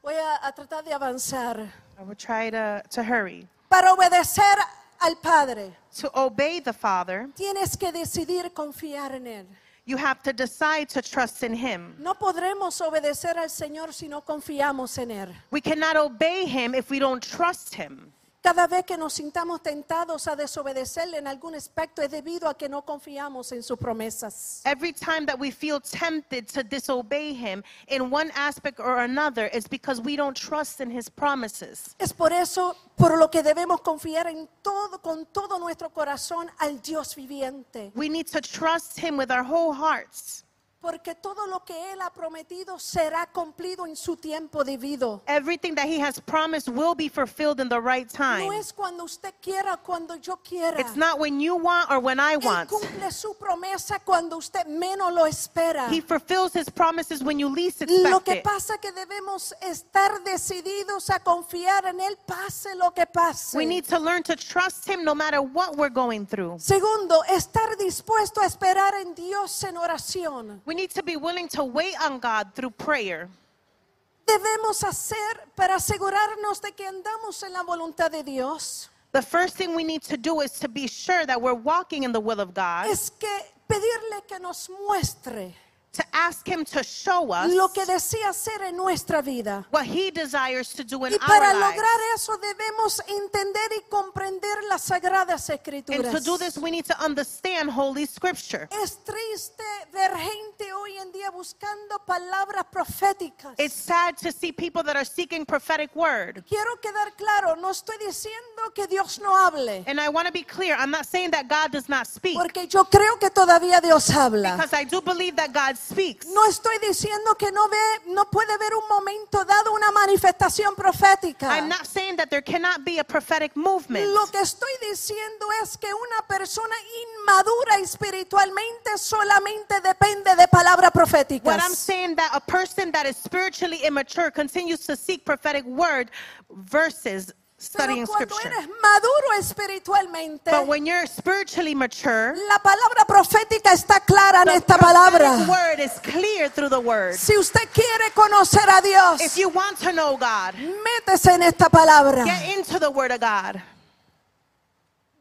A: voy a, a tratar de avanzar
B: I will try to, to hurry.
A: para obedecer al Padre.
B: To obey the Father,
A: Tienes que decidir confiar en Él.
B: you have to decide to trust in Him.
A: No podremos obedecer al Señor si no confiamos en Él.
B: We cannot obey Him if we don't trust Him.
A: Cada vez que nos sintamos tentados a desobedecerle en algún aspecto es debido a que no confiamos en sus promesas.
B: Every time that we feel tempted to disobey Him in one aspect or another, it's because we don't trust in His promises.
A: Es por eso por lo que debemos confiar en todo con todo nuestro corazón al Dios viviente,
B: We need to trust him with our whole hearts.
A: porque todo lo que él ha prometido será cumplido en su tiempo debido.
B: Everything that he has promised will be fulfilled in the right time.
A: No es cuando usted quiera, cuando yo quiera.
B: It's not when you want or when I
A: él
B: want.
A: cumple su promesa cuando usted menos lo espera.
B: He fulfills his promises when you least
A: Lo
B: expect
A: que
B: it.
A: pasa que debemos estar decididos a confiar en Él, pase lo que pase.
B: We need to learn to trust him no matter what we're going through.
A: Segundo, estar dispuesto a esperar en Dios en oración.
B: We need to be willing to wait on God through prayer.
A: Debemos hacer para asegurarnos de que andamos en la voluntad de Dios.
B: The first thing we need to do is to be sure that we're walking in the will of God,
A: Es que pedirle que nos muestre
B: to ask him to show us
A: lo que desea hacer en nuestra vida.
B: what he desires to do in
A: Y para
B: our lives.
A: lograr eso debemos entender y comprender las sagradas
B: And
A: escrituras.
B: to do this, we need to understand Holy Scripture.
A: Es triste ver gente hoy en día buscando palabras proféticas.
B: It's sad to see people that are seeking prophetic word.
A: Quiero quedar claro, no estoy diciendo que Dios no hable,
B: And I want to be clear, I'm not saying that God does not speak
A: porque yo creo que todavía Dios habla.
B: because I do believe that God speaks.
A: No estoy diciendo que no ve, no puede ver un momento dado una manifestación profética.
B: I'm not saying that there cannot be a prophetic movement.
A: Lo que estoy diciendo es que una persona inmadura espiritualmente solamente depende de palabras
B: What I'm
A: proféticas.
B: saying that a person that is spiritually immature continues to seek prophetic word versus
A: Pero
B: studying
A: cuando
B: scripture.
A: eres maduro espiritualmente,
B: But when you're spiritually mature,
A: La palabra profética está clara en
B: the
A: esta
B: prophetic
A: palabra.
B: word is clear through the word.
A: Si usted quiere conocer a
B: If
A: Dios,
B: you want to know God,
A: métese en esta palabra.
B: get into the word of God.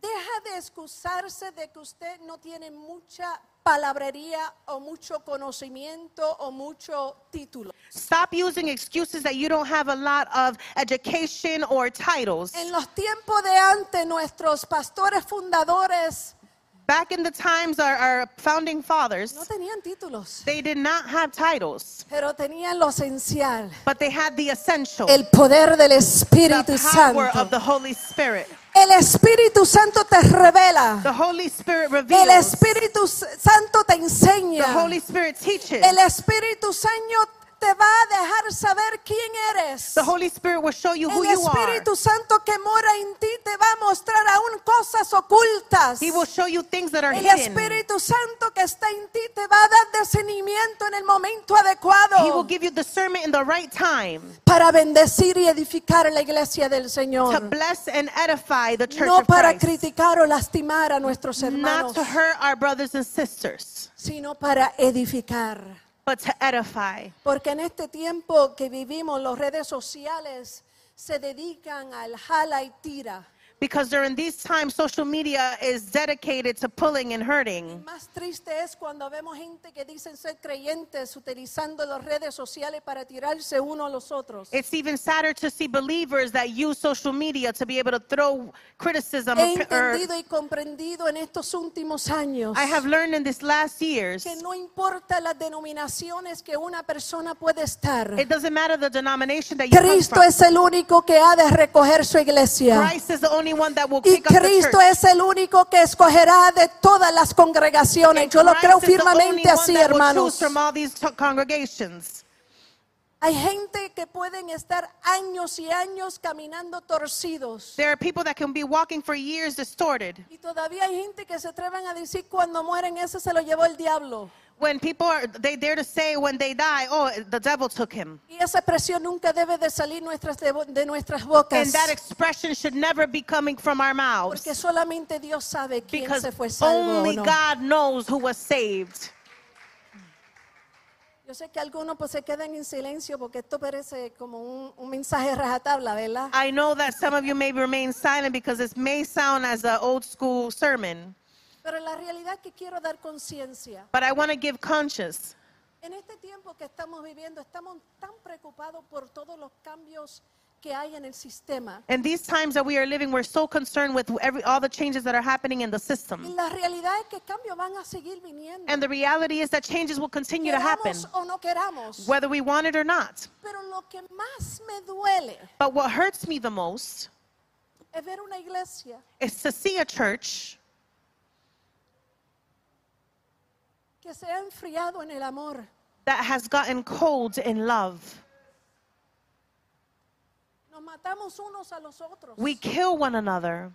A: Deja de excusarse de que usted no tiene mucha palabrería o mucho conocimiento o mucho título.
B: Stop using excuses that you don't have a lot of education or titles.
A: En los tiempos de antes, nuestros pastores fundadores
B: Back in the times, our, our founding fathers,
A: no tenían títulos,
B: they did not have titles,
A: pero tenían lo esencial,
B: but they had the essential,
A: el poder del
B: the
A: Espíritu
B: power
A: Santo.
B: of the Holy Spirit.
A: El Espíritu Santo te revela.
B: The Holy Spirit
A: El
B: reveals.
A: Espíritu S- Santo te
B: The
A: enseña.
B: Holy Spirit teaches.
A: El Espíritu Santo te va a dejar saber quién eres.
B: The Holy Spirit will show you who
A: El
B: you are.
A: Espíritu Santo que mora en ti te va a mostrar aún cosas ocultas.
B: He will show you things that are
A: El
B: hidden.
A: Espíritu Santo que está en ti te va a dar discernimiento en el momento adecuado
B: He will give you discernment in the right time
A: para bendecir y edificar la iglesia del
B: to
A: Señor.
B: bless and edify the church
A: Oh. No
B: of
A: para
B: Christ.
A: criticar o lastimar a nuestros
B: Not
A: hermanos,
B: to hurt our brothers and sisters,
A: sino para edificar.
B: but to edify.
A: Porque en este tiempo que vivimos, las redes sociales se dedican al jala y tira.
B: Because during these times, social media is dedicated to pulling and hurting.
A: Más triste es cuando vemos gente que dicen ser creyentes utilizando las redes sociales para tirarse uno a los otros.
B: It's even sadder to see believers that use social media to be able to throw criticism.
A: He
B: or-
A: entendido y comprendido en estos últimos años
B: I have learned in these last years,
A: que no importa las denominaciones que una persona puede estar,
B: it doesn't matter the denomination that you come
A: Cristo
B: from.
A: es el único que ha de recoger su iglesia.
B: Christ is the only one that will
A: Y
B: pick up the
A: Cristo
B: church.
A: es el único que escogerá de todas las congregaciones. Yo lo creo
B: Christ is the only
A: firmemente
B: one
A: así,
B: that will
A: hermanos.
B: choose from all these t- congregations.
A: Hay gente que pueden estar años y años caminando torcidos.
B: There are people that can be walking for years distorted.
A: Y todavía hay gente que se atreven a decir cuando mueren ese se lo llevó el diablo.
B: When people are, they dare to say when they die, oh, the devil took him.
A: Y esa expresión nunca debe de salir nuestras de, de nuestras bocas.
B: And that expression should never be coming from our mouths.
A: Porque solamente Dios sabe quién
B: Because
A: se fue salvo o
B: only
A: no.
B: God knows who was saved.
A: Yo sé que algunos pues se quedan en silencio porque esto parece como un, un mensaje rajatabla, ¿verdad?
B: I know that some of you may remain silent because this may sound as an old school sermon,
A: Pero la realidad es que quiero dar conciencia.
B: but I want to give conscience.
A: En este tiempo que estamos viviendo estamos tan preocupados por todos los cambios que hay en el sistema.
B: In these times that we are living, we're so concerned with every, all the changes that are happening in the
A: Y
B: system.
A: la realidad es que cambios van a seguir viniendo.
B: And the reality is that changes will continue to happen,
A: Queramos o no queramos.
B: whether we want it or not.
A: Pero lo que más me duele
B: But what hurts me the most
A: es ver una iglesia
B: is to see a church
A: que se ha enfriado en el amor.
B: that has gotten cold in love.
A: Nos matamos unos a los otros.
B: We kill one another,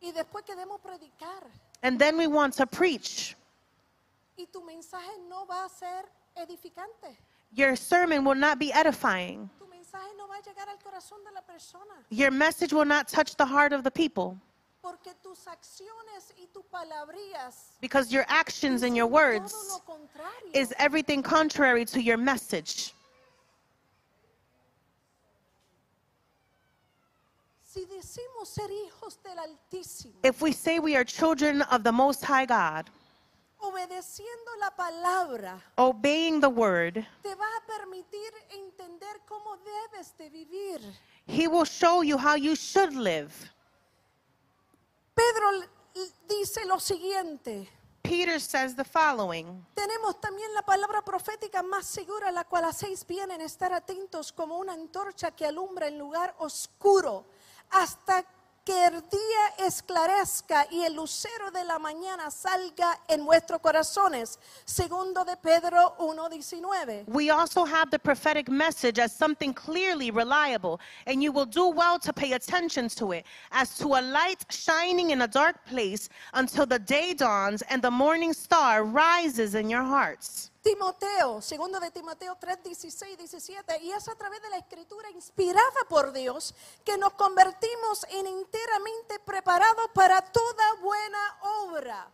A: Y después queremos predicar.
B: and then we want to preach.
A: Y tu mensaje no va a ser edificante.
B: Your sermon will not be edifying.
A: Tu mensaje no va a llegar al corazón de la persona.
B: Your message will not touch the heart of the people
A: Porque tus acciones y tus palabrías
B: because your actions and your
A: dicen
B: words
A: todo lo contrario.
B: is everything contrary to your message.
A: si decimos ser hijos del Altísimo,
B: If we say we are children of the Most High God,
A: obedeciendo la palabra,
B: obeying the word,
A: te va a permitir entender cómo debes de vivir.
B: He will show you how you should live.
A: Pedro l- l- dice lo siguiente.
B: Peter says the following
A: Tenemos también la palabra profética más segura, la cual hacéis bien en estar atentos como una antorcha que alumbra en lugar oscuro, hasta que el día esclarezca y el lucero de la mañana salga en vuestros corazones. Segundo de Pedro 1.19.
B: We also have the prophetic message as something clearly reliable, and you will do well to pay attention to it, as to a light shining in a dark place until the day dawns and the morning star rises in your hearts.
A: Timoteo, segundo de Timoteo 3, 16 17, y es a través de la escritura inspirada por Dios que nos convertimos en enteramente preparados para toda buena obra.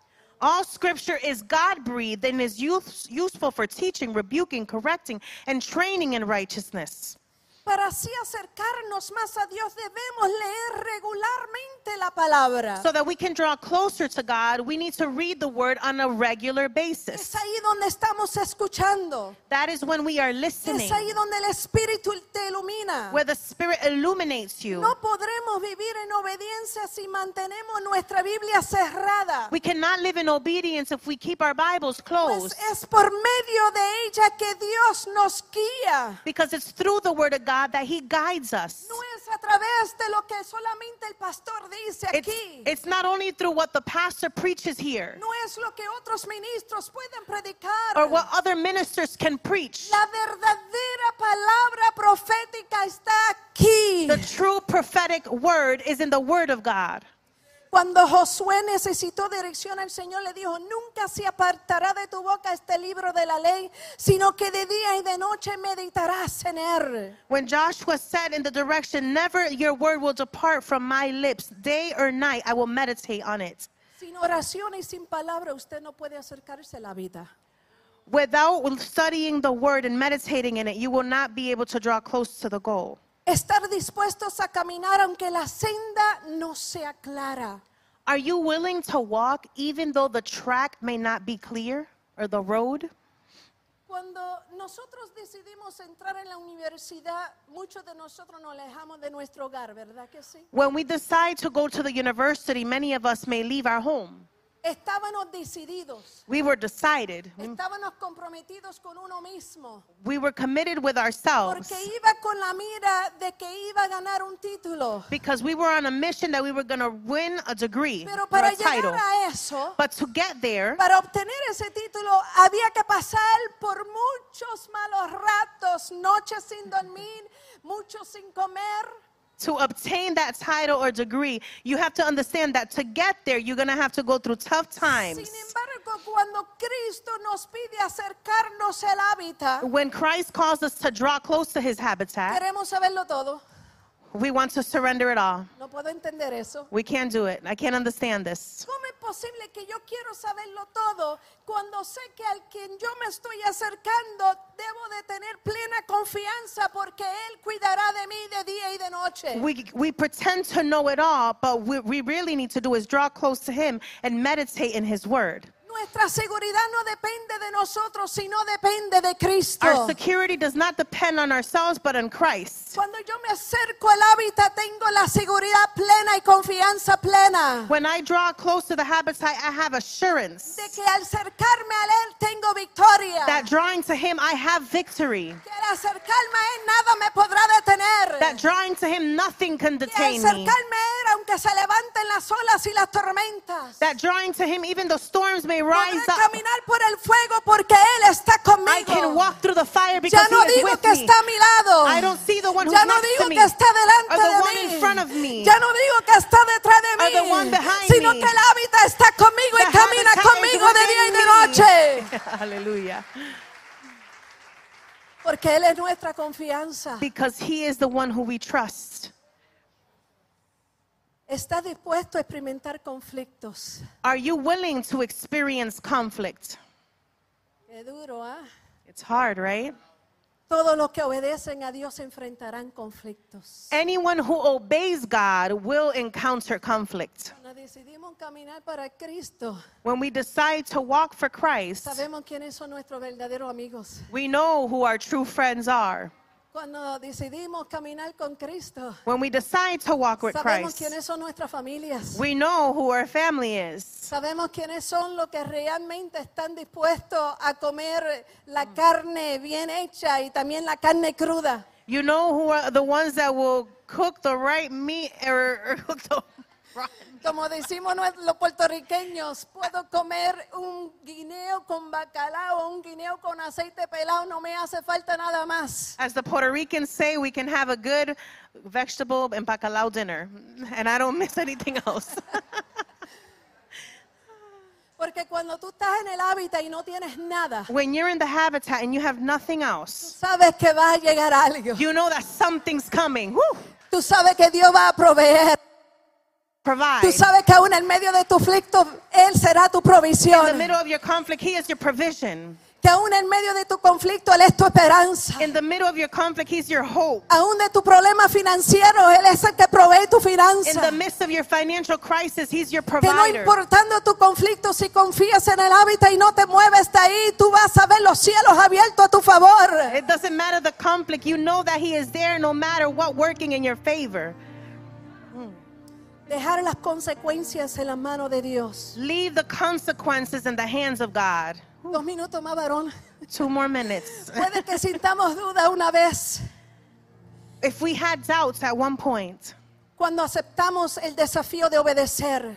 B: All scripture is God breathed and is use- useful for teaching, rebuking, correcting, and training in righteousness.
A: Para así acercarnos más a Dios debemos leer regularmente la palabra.
B: So that we can draw closer to God, we need to read the word on a regular basis.
A: es ahí donde estamos escuchando.
B: That is when we are listening,
A: Es ahí donde el Espíritu te ilumina.
B: where the Spirit illuminates you.
A: No podremos vivir en obediencia si mantenemos nuestra Biblia cerrada.
B: We cannot live in obedience if we keep our Bibles
A: Pues
B: closed
A: es por medio de ella que Dios nos guía.
B: because it's through the Word of God that He guides us.
A: No es a través de lo que solamente el pastor dice
B: It's,
A: aquí.
B: it's not only through what the pastor preaches here
A: no es lo que otros ministros pueden predicar.
B: or what other ministers can preach.
A: La verdadera palabra profética está aquí.
B: The true prophetic word is in the Word of God.
A: Cuando Josué necesitó dirección, el Señor le dijo, nunca se apartará de tu boca este libro de la ley, sino que de día y de noche meditarás en él.
B: When Joshua said in the direction, Never your word will depart from my lips, day or night I will meditate on it.
A: Sin oración y sin palabra usted no puede acercarse a la vida.
B: Without studying the word and meditating in it, you will not be able to draw close to the goal.
A: Estar dispuestos a caminar aunque la senda no sea clara.
B: Are you willing to walk even though the track may not be clear or the road?
A: Cuando nosotros decidimos entrar en la universidad, muchos de nosotros nos alejamos de nuestro hogar, ¿verdad que sí?
B: When we decide to go to the university, many of us may leave our home.
A: Estábamos decididos,
B: We were decided,
A: estábamos comprometidos con uno mismo.
B: we were committed with ourselves
A: Porque iba con la mira de que iba a ganar un título.
B: because we were on a mission that we were going to win a degree
A: Pero
B: or
A: para
B: a
A: llegar
B: title.
A: a eso,
B: But to get there,
A: para obtener ese título, había que pasar por muchos malos ratos, noches sin dormir, muchos sin comer.
B: to obtain that title or degree, you have to understand that to get there, you're going to have to go through tough times.
A: Sin embargo, cuando Cristo nos pide acercarnos al hábitat,
B: When Christ calls us to draw close to his habitat,
A: queremos saberlo todo.
B: we want to surrender it all.
A: No puedo entender eso.
B: We can't do it. I can't understand this.
A: ¿Cómo es posible que yo quiero saberlo todo cuando sé que al quien yo me estoy acercando debo de tener plena confianza porque Él cuidará de mí de día y de noche?
B: We, we pretend to know it all, but what we really need to do is draw close to him and meditate in his word.
A: Nuestra seguridad no depende de nosotros, sino depende de Cristo.
B: Our security does not depend on ourselves, but on Christ.
A: Cuando yo me acerco al hábitat tengo la seguridad plena y confianza plena
B: When I draw close to the habitat, I have assurance
A: de que al acercarme a Él tengo victoria.
B: that drawing to him, I have victory.
A: Que al acercarme a Él nada me podrá detener.
B: That drawing to him, nothing can
A: Que al
B: detain me.
A: acercarme a él, aunque se levanten las olas y las tormentas,
B: That drawing to him, even the storms may
A: podré
B: rise up.
A: caminar por el fuego porque él está
B: I can
A: conmigo.
B: walk through the fire
A: Ya
B: because
A: no
B: he is
A: digo
B: with
A: que
B: me.
A: está a mi lado.
B: I don't see the one who's
A: Ya no
B: next to
A: digo
B: me,
A: que está
B: or the one in front
A: delante
B: of
A: de mí.
B: me,
A: Ya no digo que está detrás
B: or the
A: de
B: one
A: mí.
B: behind
A: Sino
B: me.
A: que el hábitat está conmigo y
B: The
A: camina
B: habitat is
A: conmigo de día y de
B: within
A: noche.
B: me. Hallelujah.
A: Porque él es nuestra confianza.
B: Because he is the one who we trust.
A: Está dispuesto a experimentar conflictos.
B: Are you willing to experience conflict?
A: Qué duro, ¿ah?
B: It's hard, right?
A: Todos los que obedecen a Dios enfrentarán conflictos.
B: Anyone who obeys God will encounter conflict.
A: Cuando decidimos caminar para Cristo,
B: When we decide to walk for Christ,
A: sabemos quiénes son nuestros verdaderos amigos.
B: we know who our true friends are.
A: Cuando decidimos caminar con Cristo,
B: When we decide to walk with
A: sabemos
B: Christ,
A: quiénes son nuestras familias.
B: we know who our family is.
A: Sabemos quiénes son los que realmente están dispuestos a comer la carne bien hecha y también la carne cruda.
B: You know who are the ones that will cook the right meat or, or cook the
A: Como decimos nue- los puertorriqueños, puedo comer un guineo con bacalao, un guineo con aceite pelado, no me hace falta nada más.
B: As the Puerto Ricans say, we can have a good vegetable and bacalao dinner, and I don't miss anything else.
A: Porque cuando tú estás en el hábitat y no tienes nada,
B: when you're in the habitat and you have nothing else,
A: sabes que va a llegar algo.
B: you know that something's coming. Woo!
A: Tú sabes que Dios va a proveer.
B: Provide.
A: Tú sabes que aún en medio de tu conflicto, Él será tu
B: in the
A: provisión.
B: middle of your conflict, He is your provision.
A: Que aún en medio de tu conflicto, Él es tu esperanza.
B: In the middle of your conflict, He's your hope.
A: Aún de tu problema financiero, Él es el que provee tu
B: In
A: finanza.
B: the midst of your financial crisis, He's your
A: Que no
B: provider.
A: importando tu conflicto, si confías en el hábitat y no te mueves de ahí, tú vas a ver los cielos abiertos a tu favor.
B: It doesn't matter the conflict, you know that He is there no matter what, working in your favor.
A: Dejar las consecuencias en las manos de Dios.
B: Leave the consequences in the hands of God.
A: Dos minutos más, varón.
B: Two more minutes.
A: Puede que sintamos duda una vez.
B: If we had doubts at one point,
A: Cuando aceptamos el desafío de obedecer.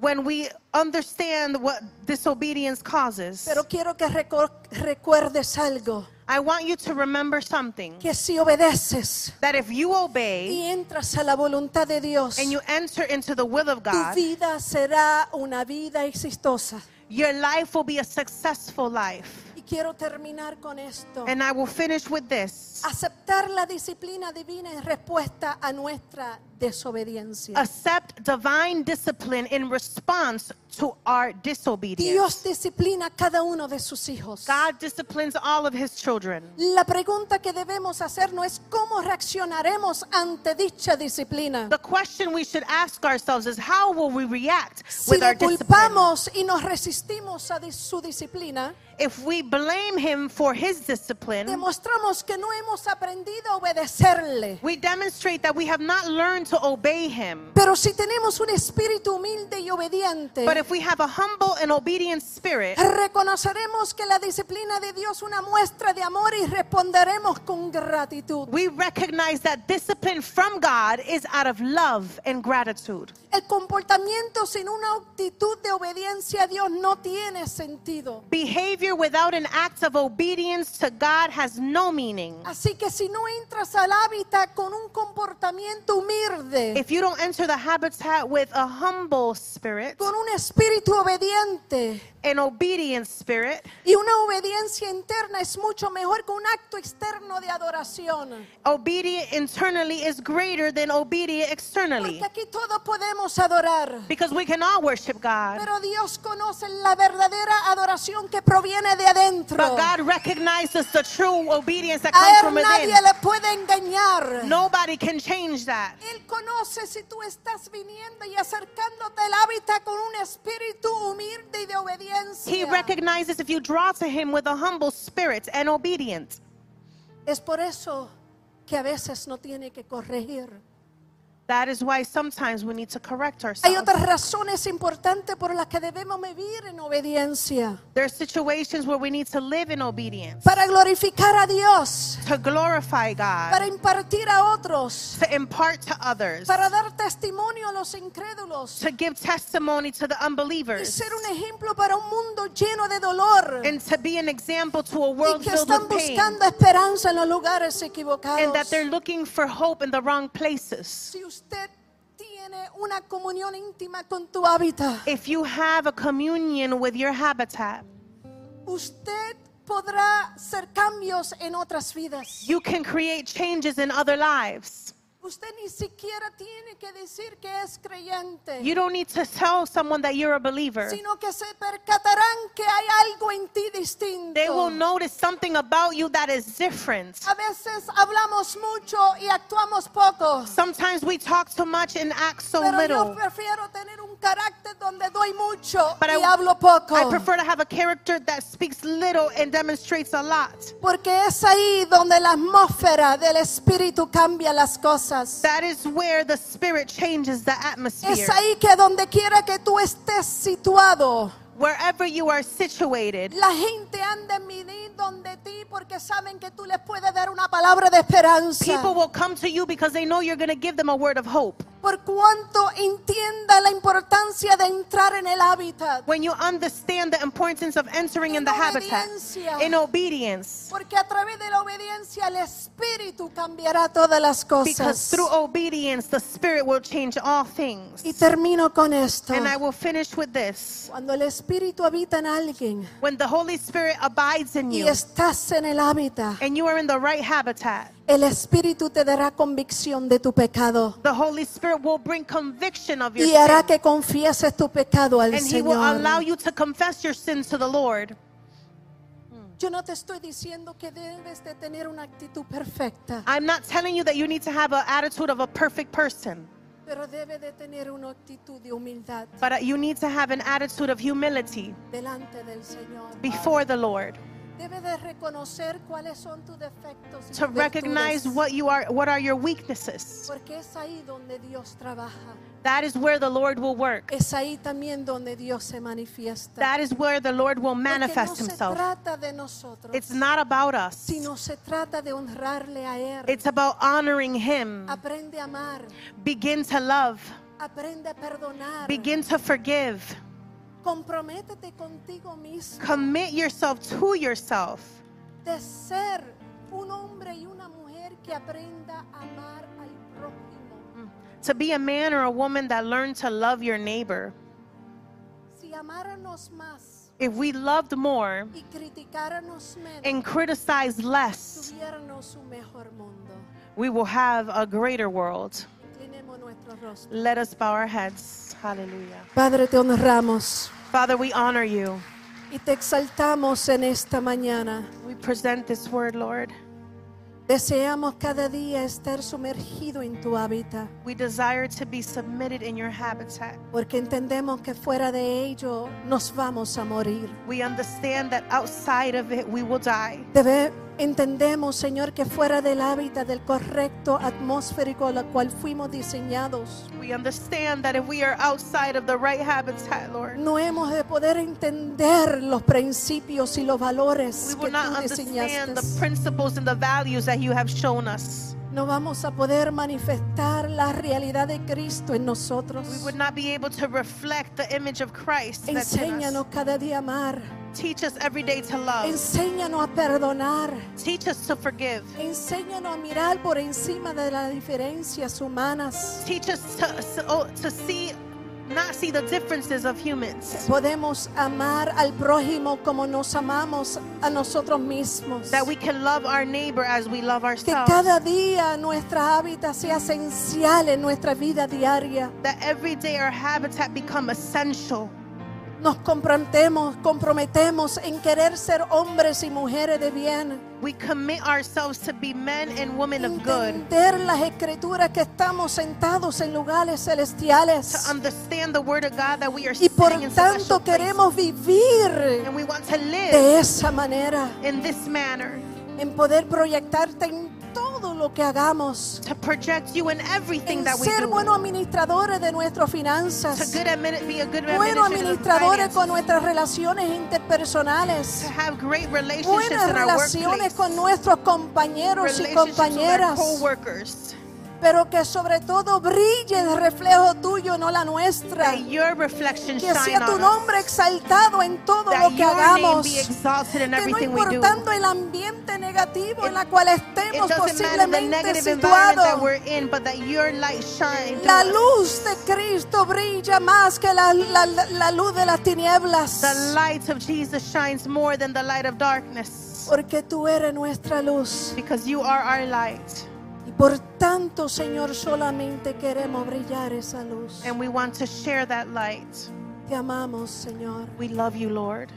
B: when we understand what disobedience causes,
A: Pero quiero que reco- recuerdes algo.
B: I want you to remember something
A: Que si obedeces
B: that if you obey
A: y entras a la voluntad de Dios,
B: and you enter into the will of
A: tu
B: God,
A: vida será una vida exitosa.
B: your life will be a successful life.
A: Y quiero terminar con esto.
B: And I will finish with this.
A: Aceptar la disciplina divina en respuesta a nuestra desobediencia.
B: Accept divine discipline in response to our disobedience.
A: Dios disciplina a cada uno de sus hijos.
B: God disciplines all of his children.
A: La pregunta que debemos hacernos es cómo reaccionaremos ante dicha disciplina.
B: The question we should ask ourselves is how will we react
A: Si
B: with our
A: le
B: discipline?
A: culpamos y nos resistimos a di- su disciplina,
B: If we blame him for his discipline,
A: demostramos que no hemos aprendido a obedecerle.
B: we demonstrate that we have not learned to obey him.
A: Pero si tenemos un espíritu humilde y obediente,
B: But if we have a humble and obedient spirit,
A: reconoceremos que la disciplina de Dios es una muestra de amor y responderemos con gratitud.
B: we recognize that discipline from God is out of love and gratitude.
A: El comportamiento sin una actitud de obediencia a Dios no tiene sentido.
B: Behavior without an act of obedience to God has no meaning.
A: Así que si no entras al hábitat con un comportamiento humilde,
B: If you don't enter the habitat with a humble spirit,
A: con un espíritu obediente,
B: an obedient spirit,
A: Y una obediencia interna es mucho mejor que un acto externo de adoración.
B: obedient internally is greater than obedient externally.
A: Porque aquí todos podemos adorar.
B: Because we can all worship God.
A: Pero Dios conoce la verdadera adoración que proviene de adentro.
B: But God recognizes the true obedience that
A: A
B: comes
A: Él
B: from
A: nadie
B: within.
A: le puede engañar.
B: Nobody can change that.
A: Él conoce si tú estás viniendo y acercándote al hábitat con un espíritu humilde y de
B: He
A: obediencia.
B: recognizes if you draw to him with a humble spirit and obedience.
A: Es por eso que a veces no tiene que corregir.
B: That is why sometimes we need to correct
A: Hay
B: ourselves.
A: otras razones importantes por las que debemos vivir en obediencia.
B: There are situations where we need to live in obedience,
A: para glorificar a Dios,
B: to glorify
A: para
B: God,
A: impartir a otros,
B: to impart to others,
A: para dar testimonio a los incrédulos
B: to give testimony to the
A: y
B: unbelievers,
A: ser un ejemplo para un mundo lleno de dolor
B: and to be an example to a
A: y
B: world
A: que
B: filled
A: están
B: with pain,
A: buscando esperanza en los lugares
B: and
A: equivocados.
B: that they're looking for hope in the wrong places.
A: Si usted tiene una comunión íntima con tu hábitat,
B: If you have a communion with your habitat,
A: usted podrá hacer cambios en otras vidas.
B: you can create changes in other lives.
A: Usted ni siquiera tiene que decir que es creyente.
B: You don't need to tell someone that you're a believer.
A: sino que se percatarán que hay algo en ti distinto.
B: They will notice something about you that is different.
A: A veces hablamos mucho y actuamos poco.
B: Sometimes we talk too much and act so
A: Pero yo
B: little.
A: prefiero tener un carácter donde doy mucho
B: But
A: y
B: I,
A: hablo poco.
B: I prefer to have a character that speaks little and demonstrates a lot.
A: porque es ahí donde la atmósfera del espíritu cambia las cosas.
B: That is where the spirit changes the atmosphere.
A: Es ahí que donde quiera que tú estés situado,
B: Wherever you are situated,
A: la gente anda en venir donde ti porque saben que tú les puedes dar una palabra de esperanza.
B: people will come to you because they know you're going to give them a word of hope.
A: Por cuanto entienda la importancia de entrar en el hábitat.
B: When you understand the importance of entering in the
A: En
B: habitat
A: obediencia.
B: in obedience,
A: Porque a través de la obediencia el espíritu cambiará todas las
B: because
A: cosas.
B: through obedience, the spirit will change all things.
A: Y termino con esto.
B: And I will finish with this.
A: Cuando el espíritu habita en alguien
B: When the Holy Spirit abides in
A: y
B: you
A: estás en el hábitat,
B: and you are in the right habitat,
A: el espíritu te dará convicción de tu pecado
B: the Holy Spirit will bring conviction of your
A: y hará
B: sin.
A: que confieses tu pecado al
B: And He will allow
A: Señor.
B: you to confess your sins to the Lord.
A: Yo no te estoy diciendo que debes de tener una actitud perfecta,
B: I'm not telling you that you need to have an attitude of a perfect person,
A: pero debes de tener una actitud de humildad
B: but you need to have an attitude of humility
A: delante del Señor.
B: before the Lord.
A: Debes de reconocer cuáles son tus defectos y
B: to
A: tus
B: recognize
A: virtudes,
B: what you are what are your weaknesses
A: porque es ahí donde Dios trabaja.
B: That is where the Lord will work.
A: Es ahí también donde Dios se manifiesta.
B: That is where the Lord will
A: Porque
B: manifest
A: no se
B: himself.
A: trata de nosotros,
B: It's not about us.
A: sino se trata de honrarle a Él.
B: It's about honoring him.
A: Aprende a amar,
B: Begin to love.
A: aprende a perdonar,
B: Begin to forgive.
A: comprométete contigo mismo
B: Commit yourself to yourself
A: de ser un hombre y una mujer que aprenda a amar al prójimo.
B: to be a man or a woman that learn to love your neighbor.
A: Si amáramos más
B: If we loved more
A: y criticáramos menos,
B: and criticized less,
A: tuviéramos un mejor mundo.
B: we will have a greater world.
A: Inclinemos nuestro rostro.
B: Let us bow our heads. Hallelujah.
A: Padre, te honramos
B: Father, we honor you.
A: y te exaltamos en esta mañana.
B: We present this word, Lord.
A: Deseamos cada día estar sumergido en tu hábitat,
B: We desire to be submitted in your habitat.
A: porque entendemos que fuera de ello nos vamos a morir.
B: We understand that outside of it, we will die.
A: Debe- entendemos, Señor, que fuera del hábitat, del correcto atmosférico a la cual fuimos diseñados,
B: We understand that if we are outside of the right habitat, Lord,
A: no hemos de poder entender los principios y los valores
B: we
A: que
B: will not
A: tú
B: understand
A: diseñaste.
B: the principles and the values that you have shown us.
A: No vamos a poder manifestar la realidad de Cristo en nosotros.
B: We would not be able to reflect the image of Christ that's in us.
A: Enséñanos cada día a amar.
B: Teach us every day to love.
A: Enséñanos a perdonar.
B: Teach us to forgive.
A: Enséñanos a mirar por encima de las diferencias humanas.
B: Teach us to, to, to see, not see the differences of humans.
A: Podemos amar al prójimo como nos amamos a nosotros mismos.
B: That we can love our neighbor as we love
A: que
B: ourselves.
A: cada día nuestra hábitat sea esencial en nuestra vida diaria.
B: That every day our habitat become essential.
A: Nos comprometemos, comprometemos en querer ser hombres y mujeres de bien.
B: We commit ourselves to be men and women of good.
A: Entender las escrituras que estamos sentados en lugares
B: To
A: celestiales.
B: understand the word of God that we are
A: Y por
B: sitting in special
A: tanto
B: places.
A: queremos vivir
B: And we want to live
A: de esa manera.
B: in this manner.
A: en poder proyectarte en todo lo que hagamos,
B: To project you in everything
A: en
B: that we
A: ser
B: do.
A: buenos administradores de nuestras
B: To
A: finanzas,
B: good admin, be a good
A: buenos
B: administrator of
A: administradores
B: finances.
A: con nuestras relaciones
B: To
A: interpersonales,
B: have great relationships
A: buenas
B: in our workplace.
A: relaciones con nuestros compañeros y
B: relationships with our
A: compañeras,
B: co-workers.
A: pero que sobre todo brille el reflejo tuyo, no la nuestra.
B: That your reflection
A: Que
B: shine
A: sea tu
B: on
A: nombre
B: us.
A: exaltado en todo
B: That
A: lo que
B: your name
A: hagamos.
B: be exalted in
A: Que no
B: everything we do.
A: importando el ambiente negativo
B: It-
A: en la cual
B: It
A: estemos
B: doesn't matter the
A: posiblemente
B: negative environment that
A: situados,
B: we're in, but that your light shine. through
A: La
B: us.
A: luz de Cristo brilla más que la, la- la luz de las
B: The
A: tinieblas.
B: light of Jesus shines more than the light of darkness.
A: Porque tú eres nuestra luz.
B: Because you are our light.
A: Y por tanto, Señor, solamente queremos brillar esa luz.
B: And we want to share that light.
A: Te amamos, Señor.
B: We love you, Lord.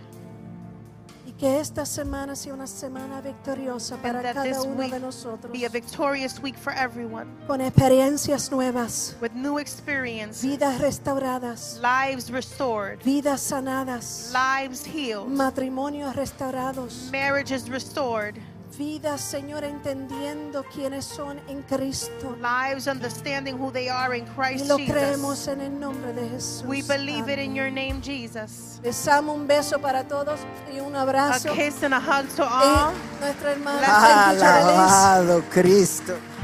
A: Y que esta semana sea una semana victoriosa para
B: And that
A: cada
B: this
A: uno
B: week
A: de nosotros.
B: be a victorious week for everyone
A: Con experiencias nuevas,
B: with new experiences,
A: vidas restauradas,
B: lives restored,
A: vidas sanadas,
B: lives healed,
A: matrimonios restaurados,
B: marriages restored,
A: vidas, Señor, entendiendo quiénes son en Cristo.
B: lives understanding who they are in
A: Y
B: Christ
A: lo
B: Jesus.
A: creemos en el nombre de Jesús.
B: We believe it in
A: Amén.
B: your name, Jesus.
A: Besamos un beso para todos y un
B: A
A: abrazo.
B: kiss and a hug to
A: Eh,
B: all.
A: nuestra hermana.
B: Blessed
A: Frankie Charles.
C: Alabado Cristo.